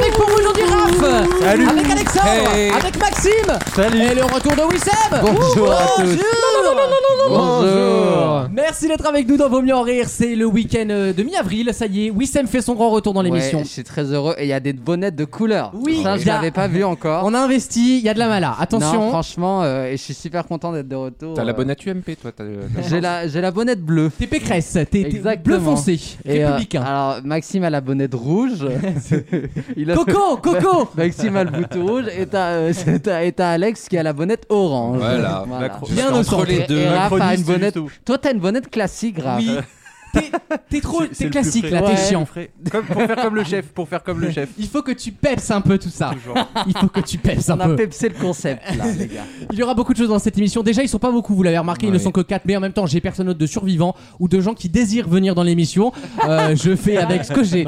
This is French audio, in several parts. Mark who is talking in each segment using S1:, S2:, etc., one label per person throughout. S1: Avec Ah, pour vous aujourd'hui Raph
S2: Salut.
S1: Avec Alexandre
S2: Hey.
S1: Avec Maxime
S2: Salut.
S1: Et le retour de Wissem
S2: Bonjour à tous. Bonjour.
S1: Merci d'être avec nous dans Vaut mieux en rire, c'est le week-end euh, de mi-avril, ça y est, Wissem fait son grand retour dans l'émission.
S3: Ouais, je suis très heureux et il y a des bonnettes de couleur.
S1: Oui,
S3: ça je
S1: il y a-
S3: l'avais pas vu encore.
S1: On a investi, il y a de la mala,
S3: Non,
S1: attention
S3: franchement, euh, et je suis super content d'être de retour.
S2: T'as la
S3: euh,
S2: bonnette UMP, toi. t'as le-
S3: J'ai la, j'ai la bonnette bleue.
S1: T'es pécresse, t'es- t'es
S3: Exactement.
S1: bleu foncé,
S3: Et, euh,
S1: républicain.
S3: alors Maxime a la bonnette rouge. Il a-
S1: Coco, Coco
S3: Maxime a le bouton rouge et t'as, euh, c'est- t'as- et t'as Alex qui a la bonnette orange.
S2: Voilà.
S1: Bien au centre.
S3: Et, et Raph a une bonnette.
S2: tout.
S3: Toi t'as une bonnette classique, Raph.
S1: Oui. T'es- T'es trop,
S4: C'est- c'est
S1: t'es
S4: le plus
S1: classique
S4: frais.
S1: là,
S3: Ouais.
S1: t'es chiant.
S2: Comme- pour faire comme le chef, pour faire comme le chef.
S1: Il faut que tu peps un peu tout ça. Il faut que tu peps un
S3: On a
S1: peu.
S3: pepsé le concept là, les gars.
S1: Il y aura beaucoup de choses dans cette émission. Déjà, ils sont pas beaucoup, vous l'avez remarqué, ils ne
S2: Oui.
S1: sont que 4, mais en même temps, j'ai personne d'autre de survivants ou de gens qui désirent venir dans l'émission. Euh, je fais avec ce que j'ai.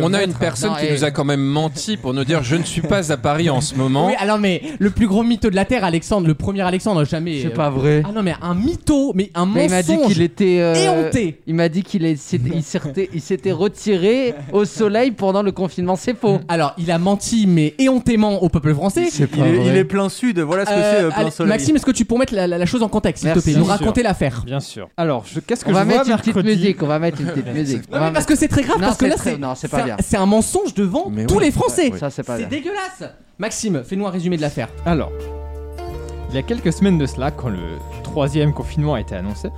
S5: On a une personne
S3: Non,
S5: qui
S3: et-
S5: nous a quand même menti pour nous dire je ne suis pas à Paris en ce moment.
S1: Oui, alors, mais le plus gros mytho de la Terre, Alexandre, le premier Alexandre, jamais.
S3: C'est
S1: euh,
S3: pas vrai.
S1: Ah non, mais un mytho, mais un
S3: Mais il m'a
S1: mensonge.
S3: dit qu'il était euh,
S1: Éhonté.
S3: Il m'a dit qu'il est- s'est- il s'était il s'était retiré au soleil pendant le confinement. C'est faux.
S1: Alors, il a menti, mais éhontément au peuple français.
S4: Il est, il est plein sud, voilà ce que
S1: Euh,
S4: c'est, euh, plein
S1: allez,
S4: soleil.
S1: Maxime, est-ce que tu peux mettre la, la- la chose en contexte, s'il te
S3: Merci.
S1: plaît, nous
S3: Bien
S6: sûr.
S1: raconter l'affaire
S6: Bien sûr.
S2: Alors, je- qu'est-ce que
S3: On va
S2: je vois
S3: mettre une petite
S2: mercredi
S3: musique. On va mettre une petite musique. On
S1: Non,
S3: va
S1: mais parce que c'est très grave,
S3: Non,
S1: parce que
S3: c'est
S1: là,
S3: très-
S1: c'est
S3: non, c'est pas
S1: c'est un,
S3: bien.
S1: c'est un mensonge devant
S5: Mais
S1: tous
S5: oui.
S1: les Français.
S3: mettre- Ça c'est pas
S1: C'est
S3: bien.
S1: dégueulasse. Maxime, fais-nous un résumé de l'affaire.
S6: Alors, il y a quelques semaines de cela, quand le troisième confinement a été annoncé,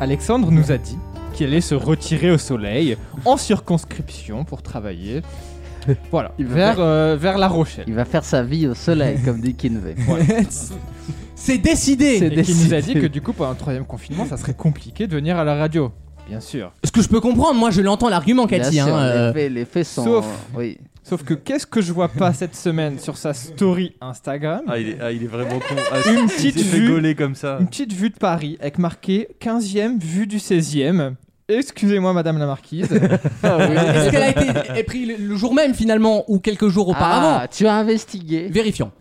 S6: Alexandre nous a dit qu'il allait se retirer au soleil en circonscription pour travailler. Voilà,
S3: Il veut
S6: vers,
S3: faire-
S6: euh, vers La Rochelle.
S3: Il va faire sa vie au soleil comme dit Kinvey.
S1: C'est décidé.
S3: C'est-
S6: Et qui nous a dit
S3: décidé.
S6: que du coup, pendant le troisième confinement, ça serait compliqué de venir à la radio. Bien sûr.
S1: Ce que je peux comprendre, moi je l'entends l'argument
S3: Bien
S1: Cathy.
S3: sûr,
S1: hein, euh,
S3: les, faits, les faits sont.
S6: sauf-
S3: Oui.
S6: Sauf que qu'est-ce que je vois pas cette semaine sur sa story Instagram
S4: Ah, il est, ah, il est vraiment con. Ah,
S6: Une
S4: il
S6: petite
S4: s'est fait
S6: vue.
S4: gauler comme ça.
S6: Une petite vue de Paris avec marqué 15e vue du 16e. Excusez-moi, madame la marquise.
S1: Ah Est-ce qu'elle a été est prise le, le jour même finalement ou quelques jours auparavant
S3: Ah, tu as investigué.
S1: Vérifions.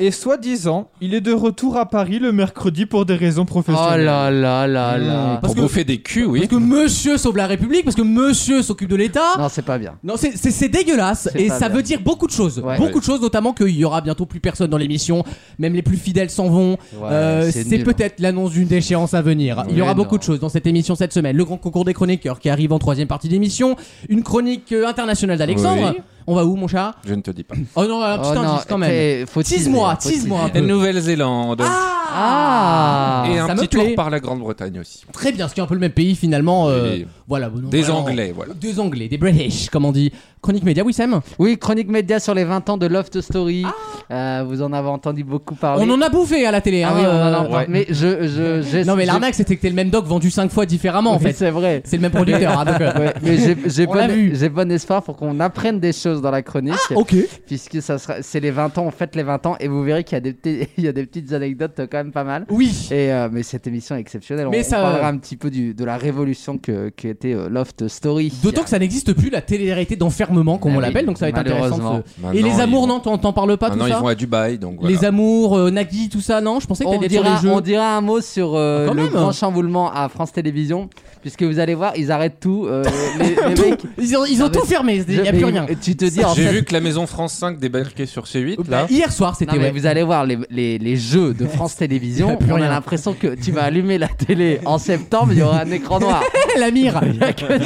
S6: Et soi-disant, il est de retour à Paris le mercredi pour des raisons
S3: Oh
S6: professionnelles.
S3: là là là
S6: Mmh,
S3: là.
S1: parce
S5: pour
S1: que-
S5: bouffer des culs, oui.
S1: Parce que monsieur sauve la République, parce que monsieur s'occupe de l'État. Non,
S3: Non, c'est pas bien.
S1: c'est- c'est c'est dégueulasse
S3: C'est
S1: et
S3: pas
S1: ça
S3: bien.
S1: veut dire beaucoup de choses.
S3: Ouais.
S1: Beaucoup de choses, notamment qu'il y aura bientôt plus personne dans l'émission. Même les plus fidèles s'en vont.
S3: Ouais,
S1: Euh, c'est
S3: nul.
S1: peut-être l'annonce d'une déchéance à venir. Il y
S3: Oui,
S1: aura
S3: non.
S1: beaucoup de choses dans cette émission cette semaine. Le grand concours des chroniqueurs qui arrive en troisième partie d'émission. Une chronique euh, internationale d'Alexandre.
S5: Oui.
S1: On va où, mon chat
S5: Je ne te dis pas.
S1: Oh non, un petit
S3: Oh non,
S1: indice quand même.
S3: eh, faut teaser,
S1: Tease-moi,
S3: faut
S1: tease-moi un
S3: teaser.
S1: peu.
S5: La Nouvelle-Zélande.
S3: Ah.
S5: Et un
S1: ça me
S5: petit tour
S1: plaît.
S5: par la Grande-Bretagne aussi.
S1: Très bien, ce qui est un peu le même pays finalement. euh,
S5: Et
S1: voilà, bon, non,
S5: Des
S1: vraiment.
S5: Anglais, voilà.
S1: Des Anglais, des British, comme on dit. Chronique média, oui Sam
S3: Oui, chronique média sur les 20 ans de Loft Story. Euh, vous en avez entendu beaucoup parler.
S1: Ah. On en a bouffé à la télé.
S3: Ah
S1: hein,
S3: oui, on en a
S1: euh,
S3: entendu.
S4: ouais.
S3: Mais je, je, j'ai-
S1: Non mais
S3: j'ai-
S1: l'arnaque c'était que t'es le même doc vendu 5 fois différemment en
S3: Oui,
S1: fait.
S3: c'est vrai.
S1: C'est le même producteur. hein, donc, euh,
S3: Ouais, mais j'ai- j'ai
S1: On l'a
S3: bon,
S1: vu. Ah,
S3: j'ai bon espoir pour qu'on apprenne des choses dans la chronique,
S1: Ok.
S3: puisque ça sera, c'est les 20 ans, on fête les 20 ans, et vous verrez qu'il y a des, petits- il y a des petites anecdotes euh, quand même pas mal.
S1: Oui.
S3: Et euh, mais cette émission est exceptionnelle.
S1: Mais
S3: on,
S1: ça- euh,
S3: on parlera un petit peu du, de la révolution que, qui était euh, Loft Story.
S1: D'autant que ça n'existe plus la télé-réalité d'enfermement comme
S3: Ah
S1: on
S3: oui,
S1: l'appelle, donc ça va être intéressant.
S3: malheureusement.
S1: de se-
S5: Ah
S1: Et les amours, non, t'en t'en parles pas tout
S5: Maintenant, Ah ils
S1: ça
S5: vont à Dubaï, donc voilà.
S1: Les amours, euh, Nagui, tout ça, non Je pensais que
S3: on
S1: t'allais être sur
S3: dira,
S1: les jeux.
S3: on dira un mot sur euh,
S1: Ah, quand
S3: le
S1: même.
S3: grand chamboulement à France Télévisions, puisque vous allez voir, ils arrêtent tout. euh, les, les mecs,
S1: Ils ont, ils ont
S3: Non, mais-
S1: tout fermé, il
S3: je-
S1: n'y a
S3: mais
S1: plus rien.
S3: Tu te dis en
S5: J'ai
S3: fait,
S5: vu que la maison France 5 débarquait sur C8, là.
S1: Hier soir
S3: Non,
S1: c'était
S3: mais
S1: ouais.
S3: vous allez voir les, les- les jeux de France
S1: Il y a
S3: Télévisions,
S1: plus
S3: on a
S1: rien.
S3: l'impression que tu vas allumer la télé en septembre, il y aura un écran noir.
S1: la mire.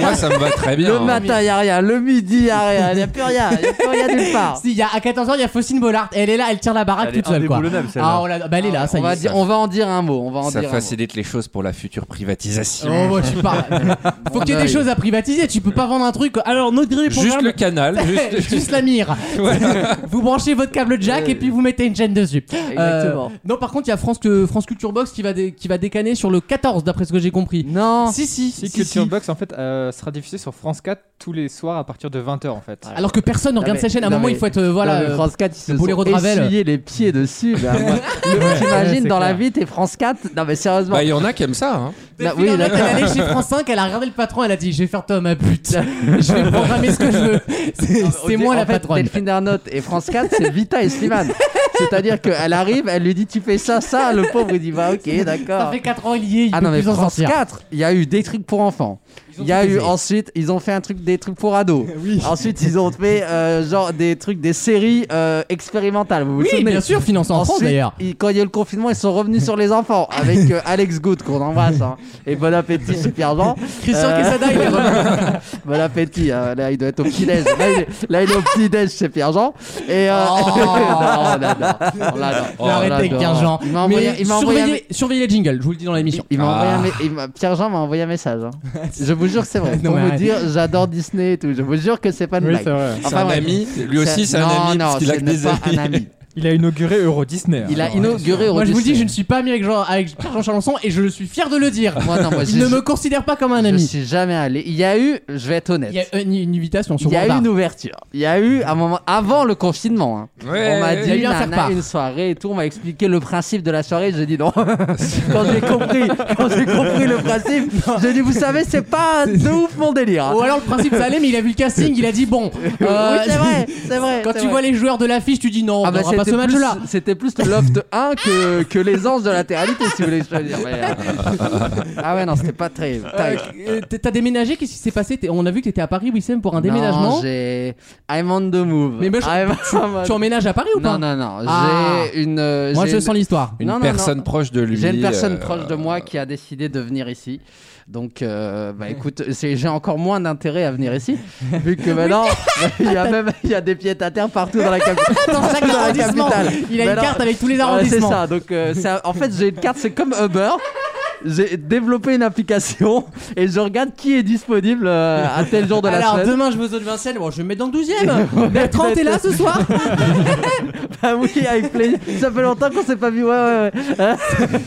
S5: Moi, ça me va très bien.
S3: Le
S5: hein.
S3: matin, il n'y a rien, le midi, il n'y a rien, il n'y a plus rien, il n'y a plus rien nulle part.
S1: Si, il y a, à 14h, il y a Faucine Bollard. Elle est là, elle tient la baraque
S4: Elle est
S1: toute seule, quoi.
S4: indéboulonnable, celle-là.
S1: Ah, on l'a- bah, elle est là, ça
S3: on,
S1: y
S3: va
S1: est.
S3: dire- on va en dire un mot, on va en
S5: Ça
S3: dire
S5: facilite les choses pour la future privatisation.
S1: Oh, bah, tu parles. Faut qu'il y ait des
S3: œil.
S1: choses à privatiser. Tu peux pas vendre un truc. Alors, notre grille
S5: Juste le canal.
S1: Juste,
S5: juste-
S1: la mire. Vous branchez votre câble jack et puis vous mettez une chaîne dessus.
S3: un mot. Exactement.
S1: non, par contre, il y a France, que, France Culture Box qui va, dé- qui va décaner sur le 14, d'après ce que j'ai compris.
S3: Non,
S1: Si, si, si,
S6: Si
S1: si.
S6: Culture Box en fait euh, sera diffusée sur France 4 tous les soirs à partir de 20h en fait.
S3: Ah,
S1: Alors que personne ne
S3: Non,
S1: regarde
S3: mais-
S1: ces chaînes. À un
S3: non,
S1: moment,
S3: mais-
S1: il faut être. euh, voilà.
S3: Dans le
S1: euh,
S3: France 4, ils se
S1: le boléro
S3: sont
S1: de Ravel.
S3: essuyés les pieds dessus. là.
S6: Ouais,
S3: T'imagines
S6: c'est
S3: dans la
S6: clair.
S3: vie, t'es France 4 Non mais sérieusement.
S5: Bah, il y en a qui aiment ça. hein.
S3: Non,
S1: Delphine
S3: oui,
S1: Ornette,
S3: d'accord.
S1: elle est allée chez France 5, elle a regardé le patron, elle a dit Je vais faire toi ma pute. Je vais programmer ce que je veux. C'est- C'est moi
S3: En
S1: la
S3: fait,
S1: patronne.
S3: Delphine Arnaut et France 4, c'est Vita et Slimane. C'est-à-dire qu'elle arrive, elle lui dit tu fais ça, ça, le pauvre il dit bah ok,
S1: Ça
S3: d'accord.
S1: fait 4 ans, il y est, il
S3: Ah
S1: peut
S3: non mais
S1: plus en
S3: France
S1: sortir.
S3: 4, il y a eu des trucs pour enfants.
S1: Ils ont
S3: Il y a
S1: tout
S3: eu
S1: baisé.
S3: ensuite, ils ont fait un truc des trucs pour ados. Ensuite, ils ont fait euh, genre des trucs des séries euh, expérimentales. Vous vous
S1: Oui,
S3: souvenez
S1: bien sûr, financé en France
S3: Ensuite,
S1: d'ailleurs.
S3: ils- quand il y a eu le confinement, ils sont revenus sur les enfants avec euh, Alex Good qu'on embrasse. hein. Et bon appétit chez Pierre-Jean.
S1: Christian
S3: Euh,
S1: Quesada, il est revenu.
S3: Bon appétit. hein. Là, il doit être au petit-déj. Là, il est- là, il est au petit-déj chez Pierre-Jean. Et. euh,
S1: Oh.
S3: non, on l'adore. On l'adore. On
S1: Arrêtez avec
S3: l'adore.
S1: Pierre-Jean.
S3: Il m'a envoyé,
S1: Mais
S3: il m'a envoyé un
S1: surveillez, surveillez les jingles, je vous le dis dans l'émission.
S3: il m'a envoyé un
S5: Ah.
S3: mé- il m'a- Pierre-Jean m'a envoyé un message. hein. Je vous jure que c'est vrai.
S1: Non,
S3: Pour
S1: mais
S3: vous
S1: arrête.
S3: dire, j'adore Disney et tout. Je vous jure que c'est pas une
S6: Oui,
S3: blague.
S6: c'est vrai.
S5: C'est un
S3: bref.
S5: ami. Lui aussi, c'est un
S3: Non,
S5: ami.
S3: non,
S5: parce qu'il a
S3: ce
S5: que
S3: n'est
S5: des
S3: pas un
S5: amis. Ah,
S3: ami.
S6: Il a inauguré Euro Disney.
S3: Il a
S6: alors.
S3: inauguré
S1: Moi je vous le dis, je
S3: Disney.
S1: ne suis pas ami avec, Jean, avec Pierre-Jean Chalençon et je le suis fier de le dire.
S3: Moi, non, moi,
S1: Il
S3: je-
S1: ne me considère pas comme un
S3: Je
S1: ami.
S3: suis jamais allé. Il y a eu, je vais être honnête.
S1: Il y a une, une invitation sur
S3: Il y a eu
S1: Wanda.
S3: une ouverture. Il y a eu un moment avant le confinement. hein.
S5: Ouais,
S3: on m'a
S5: ouais,
S1: Il
S3: dit
S1: y a eu un
S3: nana,
S1: faire-part.
S3: une soirée et tout. On m'a expliqué le principe de la soirée. J'ai dit non. quand j'ai compris, quand j'ai compris le principe, j'ai dit vous savez c'est pas de ouf mon délire. hein.
S1: Ou alors le principe ça allait, mais il a vu le casting, il a dit bon. euh,
S3: oui, c'est vrai, c'est vrai.
S1: Quand
S3: c'est
S1: tu
S3: vrai.
S1: vois les joueurs de l'affiche, tu dis non,
S3: Ah
S1: on
S3: bah,
S1: n'aura pas
S3: c'était
S1: ce match-là.
S3: plus- C'était plus le Loft 1 que, que les anges de la terralité, si vous voulez choisir. Mais, euh, Ah ouais, non, c'était pas très.
S1: Euh, euh, t'as- T'as déménagé, qu'est-ce qui s'est passé T'es- On a vu que t'étais à Paris, Wissem, pour un déménagement.
S3: Non, j'ai. I'm on the move.
S1: Mais moi, je-
S3: I'm on-
S1: tu emménages à Paris ou pas
S3: Non, non, non.
S1: Ah.
S3: J'ai une. euh,
S1: Moi
S3: j'ai
S1: je
S3: une-
S1: sens l'histoire.
S5: Une
S3: Non, non,
S5: personne
S3: non.
S5: proche de lui.
S3: J'ai une personne
S5: euh,
S3: proche de moi qui a décidé de venir ici. Donc, euh, bah écoute, c'est- j'ai encore moins d'intérêt à venir ici, vu que maintenant, il y a même il y a des pieds à terre partout dans la, capi-
S1: Dans chaque
S3: dans la
S1: arrondissement,
S3: capitale.
S1: il a
S3: Mais
S1: une
S3: non,
S1: carte avec tous les
S3: Ouais, c'est
S1: arrondissements.
S3: ça. Donc, euh, c'est un- en fait, j'ai une carte, c'est comme Uber. J'ai développé une application et je regarde qui est disponible euh, à tel jour de la
S1: Alors
S3: semaine.
S1: demain je me zone Vincennes, bon je vais me mettre dans le 12 e Bertrand t'es là ce soir
S3: Ah oui, avec plaisir. Ça fait longtemps qu'on s'est pas vu. Ouais, ouais, ouais. Hein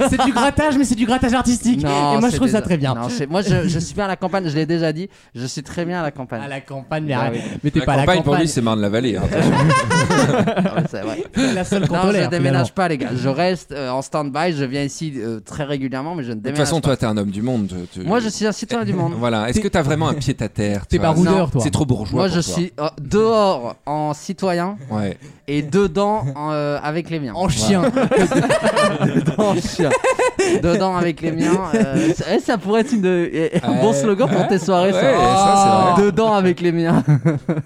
S1: C'est du grattage mais c'est du grattage artistique Et
S3: Non,
S1: moi
S3: c'est
S1: je trouve ça
S3: des-
S1: très bien.
S3: non, c'est- moi, je, je suis bien à la campagne. Je l'ai déjà dit. Je suis très bien à la campagne.
S1: À la campagne, mais,
S3: Ah
S1: arrête.
S3: oui.
S1: mais t'es
S5: La
S1: pas à la
S5: campagne,
S1: campagne.
S5: pour lui, c'est Marne-la-Vallée. hein.
S3: Ah ouais, c'est vrai.
S1: la seule qu'on
S3: Non, je
S1: tolère, finalement.
S3: déménage pas, les gars. Je reste euh, en stand-by. Je viens ici euh, très régulièrement, mais je ne
S5: De toute
S3: déménage
S5: façon,
S3: pas.
S5: toi, t'es un homme du monde. tu- tu-
S3: Moi, je suis un citoyen du monde.
S5: Voilà. Est-ce que t'as vraiment un pied à terre
S1: T'es
S5: tu vois,
S1: pas
S5: c'est-
S1: roudeur, toi.
S5: C'est trop bourgeois.
S3: Moi, je
S5: pour toi.
S3: suis euh, dehors en citoyen
S5: Ouais.
S3: et dedans en, euh, avec les miens.
S1: En chien.
S3: Dedans, chien. Dedans avec les miens. euh, ça, eh, ça pourrait être une, euh, un bon
S5: Ouais.
S3: slogan pour tes soirées. ça. Oh.
S5: Ouais, ça, c'est vrai.
S3: Dedans avec les miens.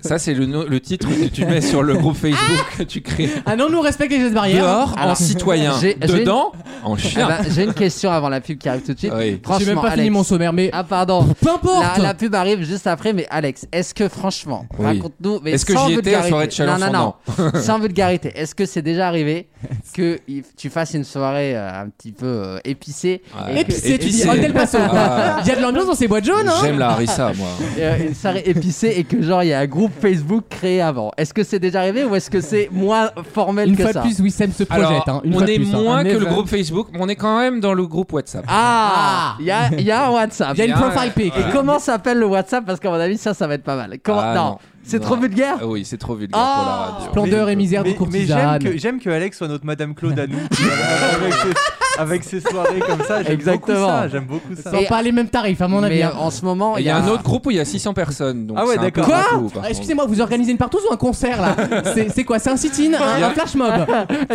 S5: Ça, c'est le, no- le titre que tu mets sur le groupe Facebook que tu crées.
S1: Ah non, nous on respecte les gestes barrières.
S5: Dehors, en
S3: Alors,
S5: citoyen.
S3: j'ai- j'ai une-
S5: Dedans, en
S3: Eh ben,
S5: chien.
S3: J'ai une question avant la pub qui arrive tout de suite.
S5: Oui.
S1: J'ai
S3: Franchement,
S1: même pas
S3: Alex.
S1: fini mon sommaire, mais
S3: Ah pardon.
S1: peu importe.
S3: La, la pub arrive juste après, mais Alex, est-ce que franchement,
S5: Oui.
S3: raconte-nous. mais
S5: Est-ce que
S3: sans
S5: j'y étais à la soirée de
S3: vulgarité-
S5: Challenge
S3: Non, non, non. sans vulgarité, est-ce que c'est déjà arrivé que il- tu fasses une soirée euh, un petit peu euh, épicée
S5: Ouais.
S3: et
S1: Et
S3: que-
S1: puis c'est tu dis
S5: Épicé.
S1: Hôtel Paso.
S5: Ah.
S1: Il y a de l'ambiance dans ces boîtes jaunes, hein
S5: J'aime la harissa, moi.
S3: euh, Une soirée épicée et que genre il y a un groupe Facebook créé avant. Est-ce que c'est déjà arrivé ou est-ce que c'est moins formel
S1: Une
S3: que
S1: fois de
S3: ça
S1: plus, Wissem se projette.
S5: Alors,
S1: hein. Une
S5: on
S1: fois de
S5: est
S1: plus, hein.
S5: moins
S6: Un
S5: que le
S6: event.
S5: groupe Facebook, mais on est quand même dans le groupe WhatsApp.
S3: Ah Il y a, il y a un WhatsApp.
S1: Il y a une
S5: Ah,
S1: profile pic.
S3: Et comment s'appelle le WhatsApp Parce qu'à mon avis, ça, ça va être pas mal. Comment...
S5: Ah,
S3: non,
S5: non.
S3: c'est
S5: Non.
S3: trop vulgaire. Ah.
S5: Ah oui, c'est trop vulgaire pour la radio.
S1: Splendeur et misère de
S4: Mais, mais j'aime
S1: courtisane.
S4: que, j'aime que Alex soit notre Madame Claude à nous. euh, avec, ses, avec ses soirées comme ça. J'aime
S3: Exactement.
S4: Beaucoup ça, j'aime beaucoup ça.
S1: Sans
S3: Et-
S1: pas les mêmes tarifs, à mon
S3: Mais
S1: avis. hein.
S3: euh, en ce moment,
S5: Et Il y a un autre groupe où il y a 600 personnes. Donc
S4: Ah ouais,
S5: c'est un peu
S4: d'accord.
S5: un
S1: Quoi
S5: coup, par
S1: Ah, Excusez-moi, vous organisez une partouze ou un concert là C'est c'est quoi C'est un sit-in un, un flash mob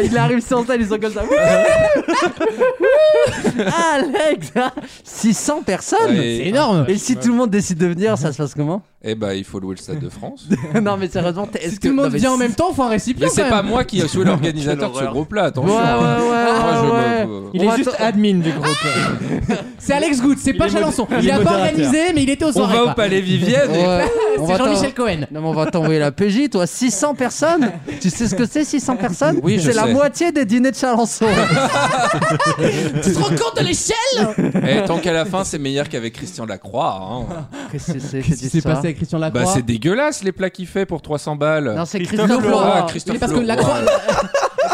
S3: Il arrive sur scène, ils sont comme ça. Wouh Wouh Alex 600 personnes
S5: Ouais.
S1: C'est énorme
S3: Et si tout le monde décide de venir, ça se passe comment
S5: contre. Eh ben, il faut louer le stade de France.
S3: Non, mais sérieusement, t'es- est-ce
S1: Si
S3: que
S1: tout le
S3: non,
S1: monde
S3: mais
S1: vient en même temps, faut un récipient
S5: Mais c'est
S1: quand
S5: pas
S1: même.
S5: moi qui suis l'organisateur de ce
S4: Quelle horreur.
S5: groupe-là,
S3: Ouais, ouais,
S5: attention.
S3: ouais,
S5: Moi,
S3: ouais,
S5: je
S3: ouais.
S5: me-
S6: Il
S3: On
S6: est
S3: va
S6: juste
S3: attendre-
S6: admin du groupe.
S1: C'est Alex Good, c'est
S6: Il
S1: pas
S6: est
S1: Chalençon.
S6: modérateur.
S1: Il a
S6: Il est
S1: pas
S6: modérateur.
S1: organisé, mais il était au
S5: On
S1: soir.
S5: va au Palais Vivienne. et-
S3: Ouais. On va
S1: C'est Jean-Michel
S3: t'en-
S1: Cohen.
S3: Non, mais on va t'envoyer la PJ, toi. 600 personnes Tu sais ce que c'est, 600 personnes
S5: Oui, je
S3: C'est la
S5: sais.
S3: moitié des dîners de Chalençon.
S1: Tu te rends compte de l'échelle
S5: Eh, tant qu'à la fin, c'est meilleur qu'avec Christian Lacroix. hein.
S3: Qu'est-ce que c'est
S1: Qu'est-ce qui s'est passé avec Christian
S5: Bah,
S1: Lacroix
S5: c'est dégueulasse les plats qu'il fait pour 300 balles.
S3: Non, c'est
S4: Christophe
S3: Christophe
S4: Leroy.
S3: Leroy.
S5: Ah, Christophe
S1: Oui, parce que
S5: Leroy.
S1: Lacroix,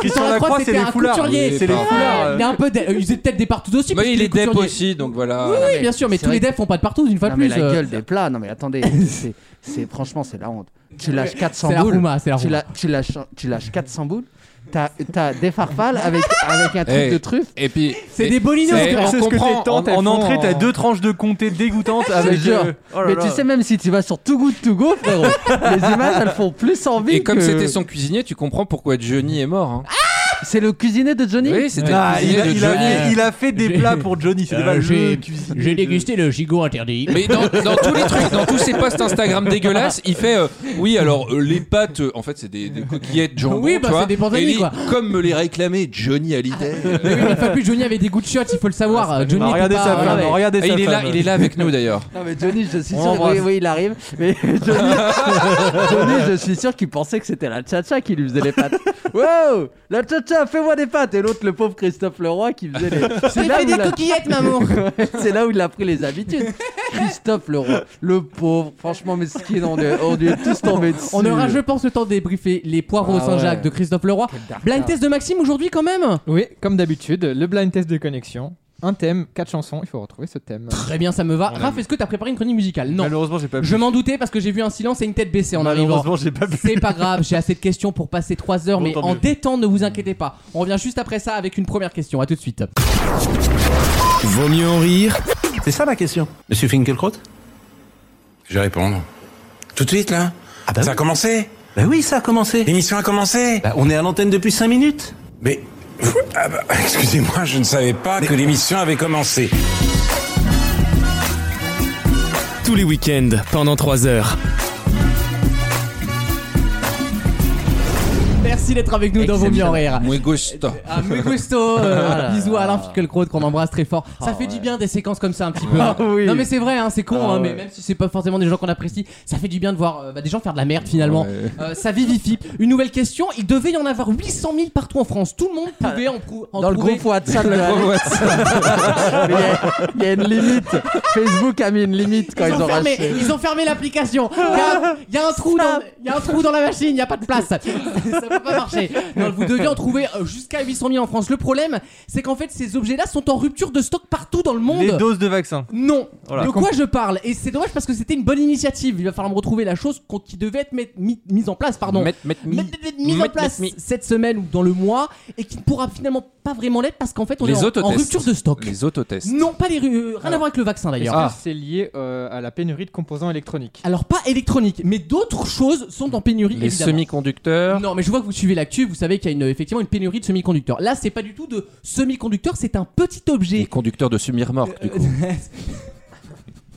S4: Christian
S1: Lacroix,
S4: Lacroix, c'est
S1: c'était
S4: les
S1: un
S4: foulards.
S1: couturier.
S4: C'est les
S5: Pardon.
S4: foulards. euh.
S1: il est un peu. dé- euh, Ils étaient peut-être des partous aussi. parce
S5: Mais Bah, il
S1: qu'il
S5: est dep
S1: couturier.
S5: aussi, donc voilà.
S1: Oui, oui,
S3: mais
S1: bien sûr, mais
S3: c'est
S1: tous les
S3: vrai
S1: devs font pas de partous une fois de
S3: Non,
S1: plus.
S3: mais la
S1: euh,
S3: gueule des plats, non, mais attendez, c'est- c'est franchement, c'est la honte. Tu lâches 400
S1: C'est la
S3: boules.
S1: Rouma, c'est la
S3: tu,
S1: Rouma.
S3: la- tu lâches, tu lâches 400 boules, T'as- T'as des farfales avec, avec un truc
S5: Eh.
S3: de truffe.
S5: Et puis.
S1: C'est
S5: et-
S1: des bolinos
S5: c'est-
S6: parce
S5: on
S6: que ce que
S5: comprend,
S6: tes tantes,
S5: on-
S6: elles
S4: En
S6: font
S4: entrée,
S6: en-
S4: t'as deux tranches de comté dégoûtantes avec.
S3: jure.
S4: euh, oh là
S3: Mais
S4: là.
S3: tu sais, même si tu vas sur Too Good To Go, frérot, les images elles font plus envie.
S5: Et comme
S3: que-
S5: c'était son cuisinier, tu comprends pourquoi Johnny est mort. hein.
S3: C'est le cuisinier de Johnny
S5: Oui, c'était
S4: Ah,
S5: le
S4: il,
S5: cuisinier
S4: a,
S5: de
S4: il,
S5: Johnny.
S4: a, il a fait des
S1: J'ai-
S4: plats pour Johnny, c'est
S1: Euh,
S4: pas le
S1: j'ai-
S4: cuisinier.
S1: J'ai
S4: de-
S1: dégusté le gigot interdit.
S5: Mais dans, dans tous les trucs, dans tous ces posts Instagram dégueulasses, il fait euh, oui alors euh, les pâtes, euh, en fait c'est des, des coquillettes de jambon,
S1: Oui, bah,
S5: tu vois.
S1: c'est des pantalons,
S5: Et les-
S1: quoi.
S5: Comme me les réclamait Johnny Hallyday. euh,
S1: Mais oui, mais Fabius Johnny avait des goûts de shot, il faut le savoir. Johnny
S4: Ah,
S1: était
S4: regardez
S1: pas-
S4: ça,
S1: voilà, ouais.
S4: regardez
S5: et
S4: ça.
S5: il est là, il est là avec nous d'ailleurs.
S3: Non mais Johnny, je suis
S4: On
S3: sûr.
S4: l'embrasse.
S3: Oui, oui, il arrive. Mais Johnny, Johnny, je suis sûr qu'il pensait que c'était la tcha qui lui faisait les pattes. Wow, la tcha fais-moi des pattes. Et l'autre, le pauvre Christophe Leroy, qui faisait les. C'est là, où il a-
S1: coquillettes, maman.
S3: c'est là où il a pris les habitudes. Christophe Leroy, le pauvre. Franchement, mesquin, on est, on lui est tous tombés dessus.
S1: On aura, je pense, le temps de débriefer les poireaux
S3: Ah
S1: Saint-Jacques
S3: ouais.
S1: de Christophe Leroy. Blind test de Maxime aujourd'hui, quand même.
S6: Oui, comme d'habitude, le blind test de connexion. Un thème, quatre chansons, il faut retrouver ce thème.
S1: Très bien, ça me va.
S6: On
S1: Raph, est-ce que t'as préparé une chronique musicale Non.
S4: Malheureusement, j'ai pas
S1: Je
S4: pu.
S1: m'en doutais parce que j'ai vu un silence et une tête baissée en arrivant.
S4: Malheureusement, j'ai pas pu.
S1: C'est pas grave, j'ai assez de questions pour passer 3 heures,
S4: Bon,
S1: mais
S4: tant
S1: en
S4: mieux.
S1: détente, ne vous inquiétez pas. On revient juste après ça avec une première question. À tout de suite.
S7: Vaut mieux en rire
S8: C'est ça ma question. Monsieur Finkelkraut
S9: Je vais répondre. Tout de suite, là
S8: Ah bah
S9: Ça a
S8: oui.
S9: commencé
S8: Bah oui, ça a commencé.
S9: L'émission a commencé
S8: Bah, on est à l'antenne depuis 5 minutes.
S9: Mais... Ah bah, excusez-moi, je ne savais pas que l'émission avait commencé.
S7: tous les week-ends pendant 3 heures.
S1: Merci d'être avec nous dans Vos Mieux en Rire.
S5: Muy gusto.
S1: Ah, mais gusto, euh, bisous à Alain Finkielkraut qu'on embrasse très fort. Ça fait du bien des séquences comme ça un petit peu. hein. Non mais c'est vrai, hein, c'est con, hein, mais même si c'est pas forcément des gens qu'on apprécie, ça fait du bien de voir euh, bah, des gens faire de la merde finalement.
S5: Ah
S1: Euh, ça vivifie. Une nouvelle question, il devait y en avoir 800 000 partout en France. Tout le monde pouvait en, prou- en
S3: Dans le
S1: trouver.
S3: groupe WhatsApp, de la- Mais il y a- il y, a une limite. Facebook a mis une limite quand
S1: Ils,
S3: ils,
S1: ont fermé,
S3: racheté.
S1: ils ont fermé l'application. Il y a- il y, a un trou dans, il y a un trou dans la machine, il n'y a pas de place. ça peut pas marcher. Non, vous deviez en trouver euh, jusqu'à 800 000 en France. Le problème, c'est qu'en fait, ces objets-là sont en rupture de stock partout dans le monde.
S4: Les doses de vaccin.
S1: Non.
S4: Voilà.
S1: De quoi je parle Et c'est dommage parce que c'était une bonne initiative. Il va falloir me retrouver la chose qu'on- qui devait être met- mi- mise en place, pardon.
S5: Met- met- mi-
S1: Met- met- mise en
S5: met-
S1: place
S5: met- mi-
S1: cette semaine ou dans le mois et qui ne pourra finalement pas vraiment l'être parce qu'en fait on
S5: Les
S1: est en- en,
S5: autotests.
S1: rupture de stock.
S5: Les Ah. autotests.
S1: Non, pas les ru- euh, rien à voir avec le vaccin
S6: Est-ce
S1: d'ailleurs.
S6: que c'est lié euh, à la pénurie de composants électroniques
S1: Alors pas électronique, mais d'autres choses sont en pénurie.
S5: Les
S1: évidemment.
S5: semi-conducteurs.
S1: Non, mais je vois que vous suivez l'actu, vous savez qu'il y a une, effectivement une pénurie de semi-conducteurs. Là, c'est pas du tout de semi-conducteurs, c'est un petit objet.
S5: Les conducteurs de semi-remorques, du coup.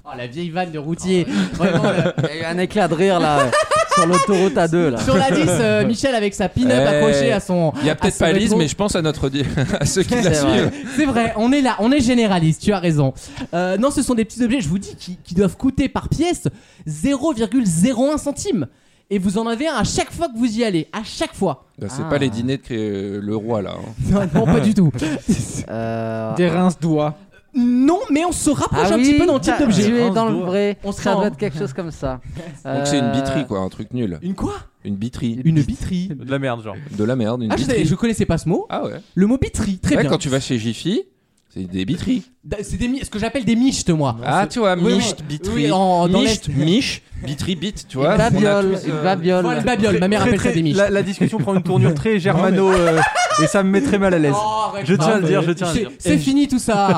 S1: oh la vieille vanne de routier. Ah. Vraiment, euh, le-
S3: Il y a eu un éclat de rire là sur l'autoroute A2 là.
S1: Sur la 10, euh, Michel avec sa pin-up
S5: Eh.
S1: accrochée à son.
S5: Il y a
S1: à
S5: peut-être
S1: son
S5: pas Lise,
S1: rétro.
S5: mais je pense à notre audi- à ceux qui la
S3: C'est vrai.
S5: suivent.
S1: C'est vrai, on est là, on est généraliste, tu as raison. Euh, non, ce sont des petits objets, je vous dis, qui, qui doivent coûter par pièce 0,01 centime. Et vous en avez un à chaque fois que vous y allez, à chaque fois.
S5: C'est
S3: Ah.
S5: pas les dîners de euh, le roi là. hein.
S1: Non, non, pas du tout.
S3: Euh,
S6: Des rince-doigts.
S1: Non, mais on se rapproche
S3: Ah
S1: un
S3: oui,
S1: petit peu dans le type
S3: t'as-
S1: d'objet.
S3: Tu es
S4: On se
S3: dans le
S4: doit.
S3: vrai.
S1: On se
S3: ça
S1: sent.
S3: doit être quelque chose comme ça. Euh,
S5: Donc c'est
S1: Euh.
S5: une biterie quoi, un truc nul.
S1: Une quoi
S5: Une biterie.
S1: Une biterie.
S4: De la merde, genre.
S5: De la merde, une
S1: Ah, je, savais-
S5: biterie.
S1: je connaissais pas ce mot.
S5: Ah ouais.
S1: Le mot biterie, très
S5: Ouais,
S1: bien.
S5: Quand tu vas chez Jiffy, c'est des biteries.
S1: Da- C'est des mi- ce que j'appelle des michtes, moi.
S5: Ah, tu vois,
S1: Oui, oui.
S5: micht, bitri,
S1: Oui, en- dans
S5: micht,
S1: l'Est.
S5: mich, bitri, bit, tu vois.
S3: Une
S5: on a
S3: babiole,
S5: tous,
S3: une
S5: euh,
S3: babiole.
S1: Voilà, les babioles, ma mère
S4: Très,
S1: appelle ça
S4: très-
S1: des michtes.
S4: la, la discussion prend une tournure très germano euh, et ça me met très mal à l'aise.
S1: Oh, arrête
S4: Je
S1: pas,
S4: tiens à le dire,
S1: mais
S4: je tiens à le
S1: c'est-
S4: dire.
S1: C'est fini tout ça.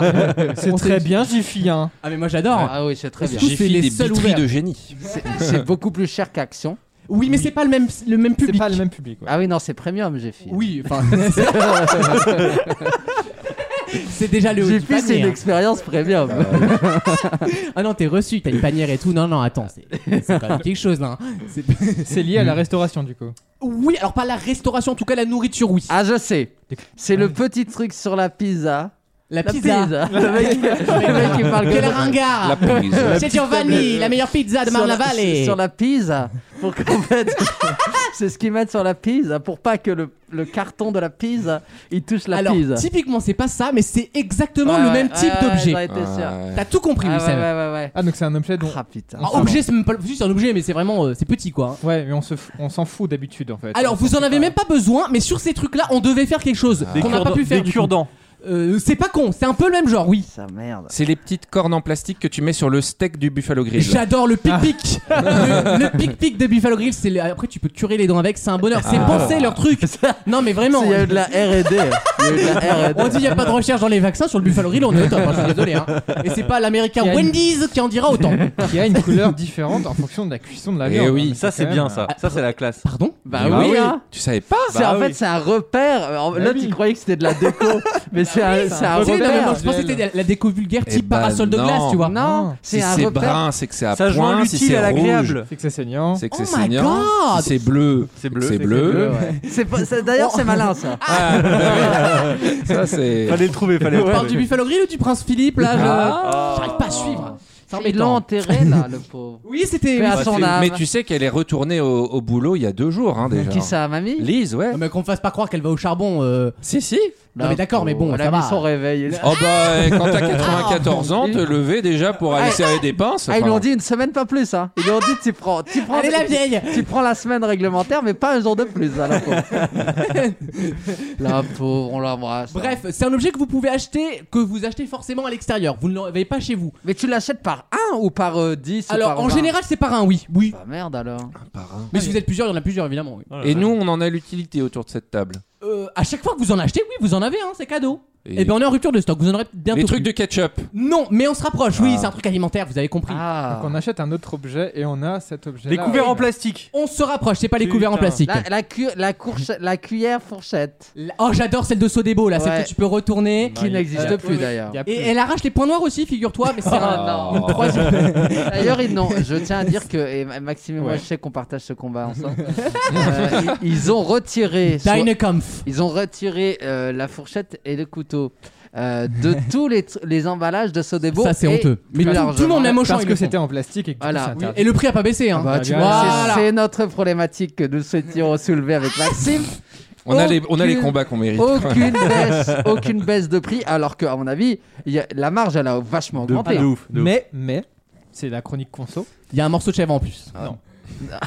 S6: C'est
S1: On
S6: très
S1: sait-
S6: bien, Jiffy. Hein.
S1: Ah mais moi j'adore.
S3: Ah oui, c'est très bien.
S1: Tous, c'est
S5: Jiffy,
S1: les
S5: des
S1: seuls
S5: bitries
S1: ouverts.
S5: de génie.
S3: C'est- C'est beaucoup plus cher qu'Action.
S1: Oui mais c'est pas le même le même
S6: C'est
S1: public.
S6: pas le même public. ouais.
S3: Ah oui, non, c'est premium, j'ai fait.
S1: Oui, enfin C'est déjà le haut
S3: J'ai
S1: du
S3: fait, c'est
S1: panier,
S3: une
S1: hein.
S3: expérience premium.
S1: Euh, Ah non, t'es reçu, t'as une panière et tout. Non, non, attends, c'est c'est quand même quelque chose là. hein. C'est-
S6: C'est lié à la restauration du coup.
S1: Oui, alors pas la restauration, en tout cas la nourriture, oui.
S3: Ah, je sais. C'est le petit truc sur la pizza.
S1: la,
S3: La
S1: pizza.
S3: pizza. Le mec, le mec, il parle que
S1: Quel
S3: de-
S1: ringard
S5: Ah, La prise.
S1: C'est Giovanni, la meilleure pizza de
S3: sur la-
S1: Marne-la-Vallée.
S3: Sur la pizza. Pour qu'en fait, c'est ce qu'ils mettent sur la pizza pour pas que le, le carton de la pizza il touche la
S1: Alors,
S3: pizza.
S1: typiquement, c'est pas ça, mais c'est exactement
S3: Ouais,
S1: le
S3: ouais,
S1: même
S3: ouais,
S1: type
S3: ouais,
S1: d'objet.
S3: j'en étais sûr.
S5: Ouais.
S1: T'as tout compris,
S3: Ah, ouais,
S1: Wissem.
S3: ouais, ouais, ouais.
S6: Ah donc c'est un objet dont.
S3: Ah putain.
S1: Ah, objet, c'est même pas. si, c'est un objet, mais c'est vraiment. euh, c'est petit quoi. hein.
S6: Ouais, mais on se f- on s'en fout d'habitude en fait.
S1: Alors, vous en avez même pas besoin, mais sur ces trucs-là, on devait faire quelque chose
S4: Des
S1: qu'on n'a pas
S4: cure-dents-
S1: pu faire.
S4: Des
S1: du coup.
S4: cure-dents.
S1: euh, c'est pas con, c'est un peu le même genre, oui.
S3: Ça merde.
S5: C'est les petites cornes en plastique que tu mets sur le steak du Buffalo Grill.
S1: J'adore le
S3: Ah.
S1: pic-pic. Le, le pic-pic de Buffalo Grill, c'est le- après tu peux curer les dents avec, c'est un bonheur.
S3: Ah.
S1: C'est penser leur truc. Non mais vraiment.
S3: Il y a eu de la R&D. Il y a eu de la R&D.
S1: On dit il n'y a pas de recherche dans les vaccins sur le Buffalo Grill, on est au top, hein, je suis désolé. hein. Et c'est pas l'américain
S6: Il y a une-
S1: Wendy's qui en dira autant.
S6: qui a une couleur différente en fonction de la cuisson de la
S5: Eh
S6: viande.
S5: oui.
S6: hein,
S4: Ça, c'est
S6: quand même,
S4: bien,
S6: euh,
S4: ça. Ça, c'est la classe.
S1: Pardon
S3: Bah,
S5: Bah
S3: oui, Bah
S5: oui.
S3: hein.
S5: Tu savais pas
S3: C'est- en fait, c'est un repère. Alors, L'autre, il croyait que c'était de la déco, mais c'est un, Bah c'est un
S1: Tu sais, non, mais
S3: repère. Bah
S1: moi, je pensais que c'était la- la déco vulgaire
S5: Eh
S1: type
S5: bah,
S1: parasol de
S5: non.
S1: glace, tu vois.
S6: Ah.
S3: Non,
S5: Si
S3: c'est un
S5: c'est
S3: repère.
S5: brun, c'est que c'est à
S4: Ça joint
S5: point. Si
S4: l'utile
S5: c'est
S4: à
S5: rouge,
S4: l'agréable.
S6: C'est que c'est saignant.
S5: c'est que
S1: Oh
S5: c'est
S1: my
S5: saignant.
S1: God
S5: Si c'est bleu,
S4: C'est bleu,
S5: C'est
S4: c'est
S5: bleu.
S3: C'est pas- c'est- D'ailleurs, c'est malin ça.
S5: Ah, bah oui. ça c'est.
S4: Fallait le trouver, fallait le
S1: On parle du
S4: trouver.
S1: Buffalo Grill ou du Prince Philippe là je-
S3: Ah.
S1: J'arrive pas à suivre. C'est
S3: Il l'a
S1: embêtant.
S3: enterré là, le pauvre.
S1: Oui, c'était.
S3: Paix à
S1: oui.
S3: son
S1: Non,
S3: âme.
S5: Mais tu sais qu'elle est retournée au, au boulot il y a deux jours hein, déjà.
S3: Qui ça, mamie
S5: Lise, ouais.
S1: mais qu'on me fasse pas croire qu'elle va au charbon. euh,
S5: Si si.
S1: Non, mais d'accord, mais bon,
S3: elle
S1: ça
S3: a mis
S1: va.
S3: son réveil. et-
S5: Oh bah eh, quand t'as
S1: Ah,
S5: 94 ans, te lever déjà pour aller serrer des pinces.
S3: Ah, ils
S5: enfin,
S3: lui ont dit une semaine, pas plus. Hein. Ils lui ont dit tu prends, tu prends,
S1: Allez la
S3: tu,
S1: vieille
S3: tu prends la semaine réglementaire, mais pas un jour de plus. hein, la pauvre. la pauvre, on l'embrasse. hein.
S1: Bref, c'est un objet que vous pouvez acheter, que vous achetez forcément à l'extérieur. Vous ne l'avez pas chez vous.
S3: Mais tu l'achètes par 1 ou par 10
S1: Alors, en général, c'est par un, oui. Oui.
S3: Bah merde alors.
S5: par un.
S1: Mais si vous êtes plusieurs, il y en a plusieurs, évidemment. oui.
S5: Et nous, on en a l'utilité autour de cette table.
S1: Euh, à chaque fois que vous en achetez, oui, vous en avez, hein, c'est cadeau.
S5: Et
S1: Et, ben, on est en rupture de stock. Vous en aurez bientôt.
S5: les trucs
S1: plus.
S5: de ketchup.
S1: Non, mais on se rapproche, oui,
S5: Ah.
S1: c'est un truc alimentaire, vous avez compris.
S3: Ah.
S6: Donc on achète un autre objet et on a cet objet.
S4: Les couverts en plastique.
S1: On se rapproche, c'est pas les couverts en
S4: Putain.
S1: plastique.
S3: La, la, cu- la, courche- la cuillère fourchette.
S1: La- Oh, j'adore celle de Sodebo, là, celle
S3: Ouais.
S1: que tu peux retourner.
S3: Qui n'existe
S6: ouais,
S3: plus d'ailleurs.
S1: Et elle arrache les points noirs aussi, figure-toi, mais c'est un.
S3: Ah,
S1: une troisième-
S3: D'ailleurs, ils- non, je tiens à dire que et Ma- Maxime et moi,
S6: Ouais.
S3: je sais qu'on partage ce combat ensemble. Euh, ils, ils ont retiré, sur-
S1: Dynacomf.
S3: ils ont retiré euh, la fourchette et le couteau euh, de tous les, tr- les emballages de Sodebo.
S1: Ça, c'est
S3: et
S1: honteux. Mais
S3: plus
S1: tout- tout, le
S3: largement-
S1: monde, même au champ,
S6: parce
S1: ils
S6: que
S1: le font.
S6: c'était en plastique et que du coup,
S3: Voilà.
S6: c'est
S1: Oui,
S6: interdit.
S1: Et le prix a pas baissé, hein.
S3: Bah, tu
S6: Ah,
S3: vois,
S1: voilà.
S3: c'est- c'est notre problématique que nous souhaitions soulever avec Maxime.
S5: On a les, on a les
S3: Aucune-
S5: combats qu'on mérite.
S3: Aucune baisse, aucune baisse de prix, alors que à mon avis, il y a- la marge elle a vachement
S4: De,
S3: augmenté.
S4: de ouf. de ouf.
S6: Mais, mais, c'est la chronique conso.
S1: Il y a un morceau de chèvre en plus.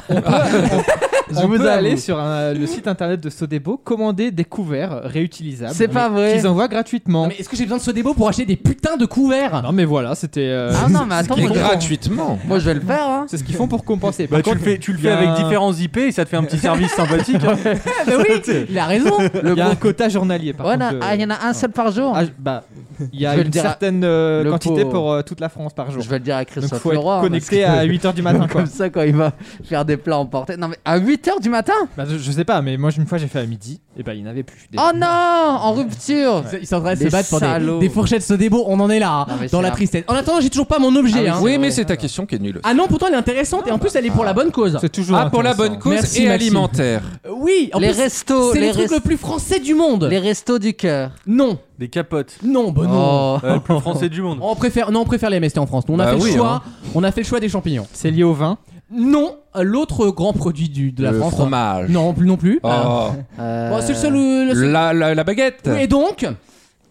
S6: Je on peut aller sur un- le site internet de Sodebo, commander des couverts réutilisables.
S3: C'est pas vrai.
S6: Qu'ils envoient gratuitement. Ah
S1: Non, mais est-ce que j'ai besoin de ce débo pour acheter des putains de couverts
S6: Non mais voilà, c'était. euh,
S3: Ah non, mais attends,
S5: Et
S3: moi, je-
S5: gratuitement.
S3: moi, je vais le faire. hein.
S6: C'est ce qu'ils font pour compenser.
S4: Bah,
S6: Par
S4: tu le
S6: contre,
S4: fais, tu le
S6: il
S4: fais
S6: y a
S4: avec
S6: un-
S4: différents IP et ça te fait un petit service sympathique. hein.
S1: Ah, bah oui, il a raison.
S3: Le
S6: Il y a un
S3: pauvre-
S6: quota journalier par
S3: Voilà,
S6: contre. de-
S3: ah, il y en a un seul par jour.
S6: Ah, je- bah, il y
S3: Je
S6: a
S3: vais
S6: une
S3: le dire à-
S6: certaine euh,
S3: le
S6: quantité
S3: pauvre.
S6: pour euh, toute la France par jour.
S3: je vais le dire à
S6: Donc
S3: Christophe
S6: faut être
S3: Leroy.
S6: connecté
S3: parce que-
S6: à 8h du matin quoi.
S3: Comme ça, quand il va faire des plats emportés. Non, mais à 8h du matin
S6: Bah, je, je sais pas, mais moi une fois j'ai fait à midi, et bah il n'y en avait plus. déjà.
S3: Oh non En rupture
S1: Ils sont en train de se
S3: Des
S1: battre pour des,
S3: salauds.
S1: des fourchettes ce débo, on en est là, hein,
S3: Non, mais
S1: dans
S3: c'est
S1: la
S3: un-
S1: tristesse. En attendant, j'ai toujours pas mon
S5: Ah
S1: objet.
S5: oui,
S1: hein.
S5: oui, mais c'est ta question qui est nulle.
S1: Ah non, pourtant elle est intéressante et en plus elle est pour la bonne cause.
S6: C'est toujours.
S5: Ah, pour la bonne
S6: intéressant.
S5: cause
S1: Merci,
S5: et
S1: Maxime.
S5: alimentaire.
S1: Euh, Oui, en
S3: Les
S1: plus,
S3: restos,
S1: c'est
S3: les,
S1: le truc
S3: res-
S1: le plus français du monde.
S3: les restos du cœur.
S1: Non,
S4: Des capotes.
S1: non, bah non.
S3: Oh.
S4: Euh, le plus français du monde.
S1: On préfère, non, on préfère les MST en France. On a
S5: Bah
S1: fait
S5: oui,
S1: le choix. On a fait le choix des champignons.
S6: C'est lié au vin.
S1: Non, euh, l'autre grand produit du, de la
S5: le
S1: France. hein.
S5: fromage.
S1: Non, plus non plus.
S5: Oh,
S1: Ah. Bon, c'est le seul. euh, le seul-
S5: la, la, la baguette.
S1: Oui, Et donc,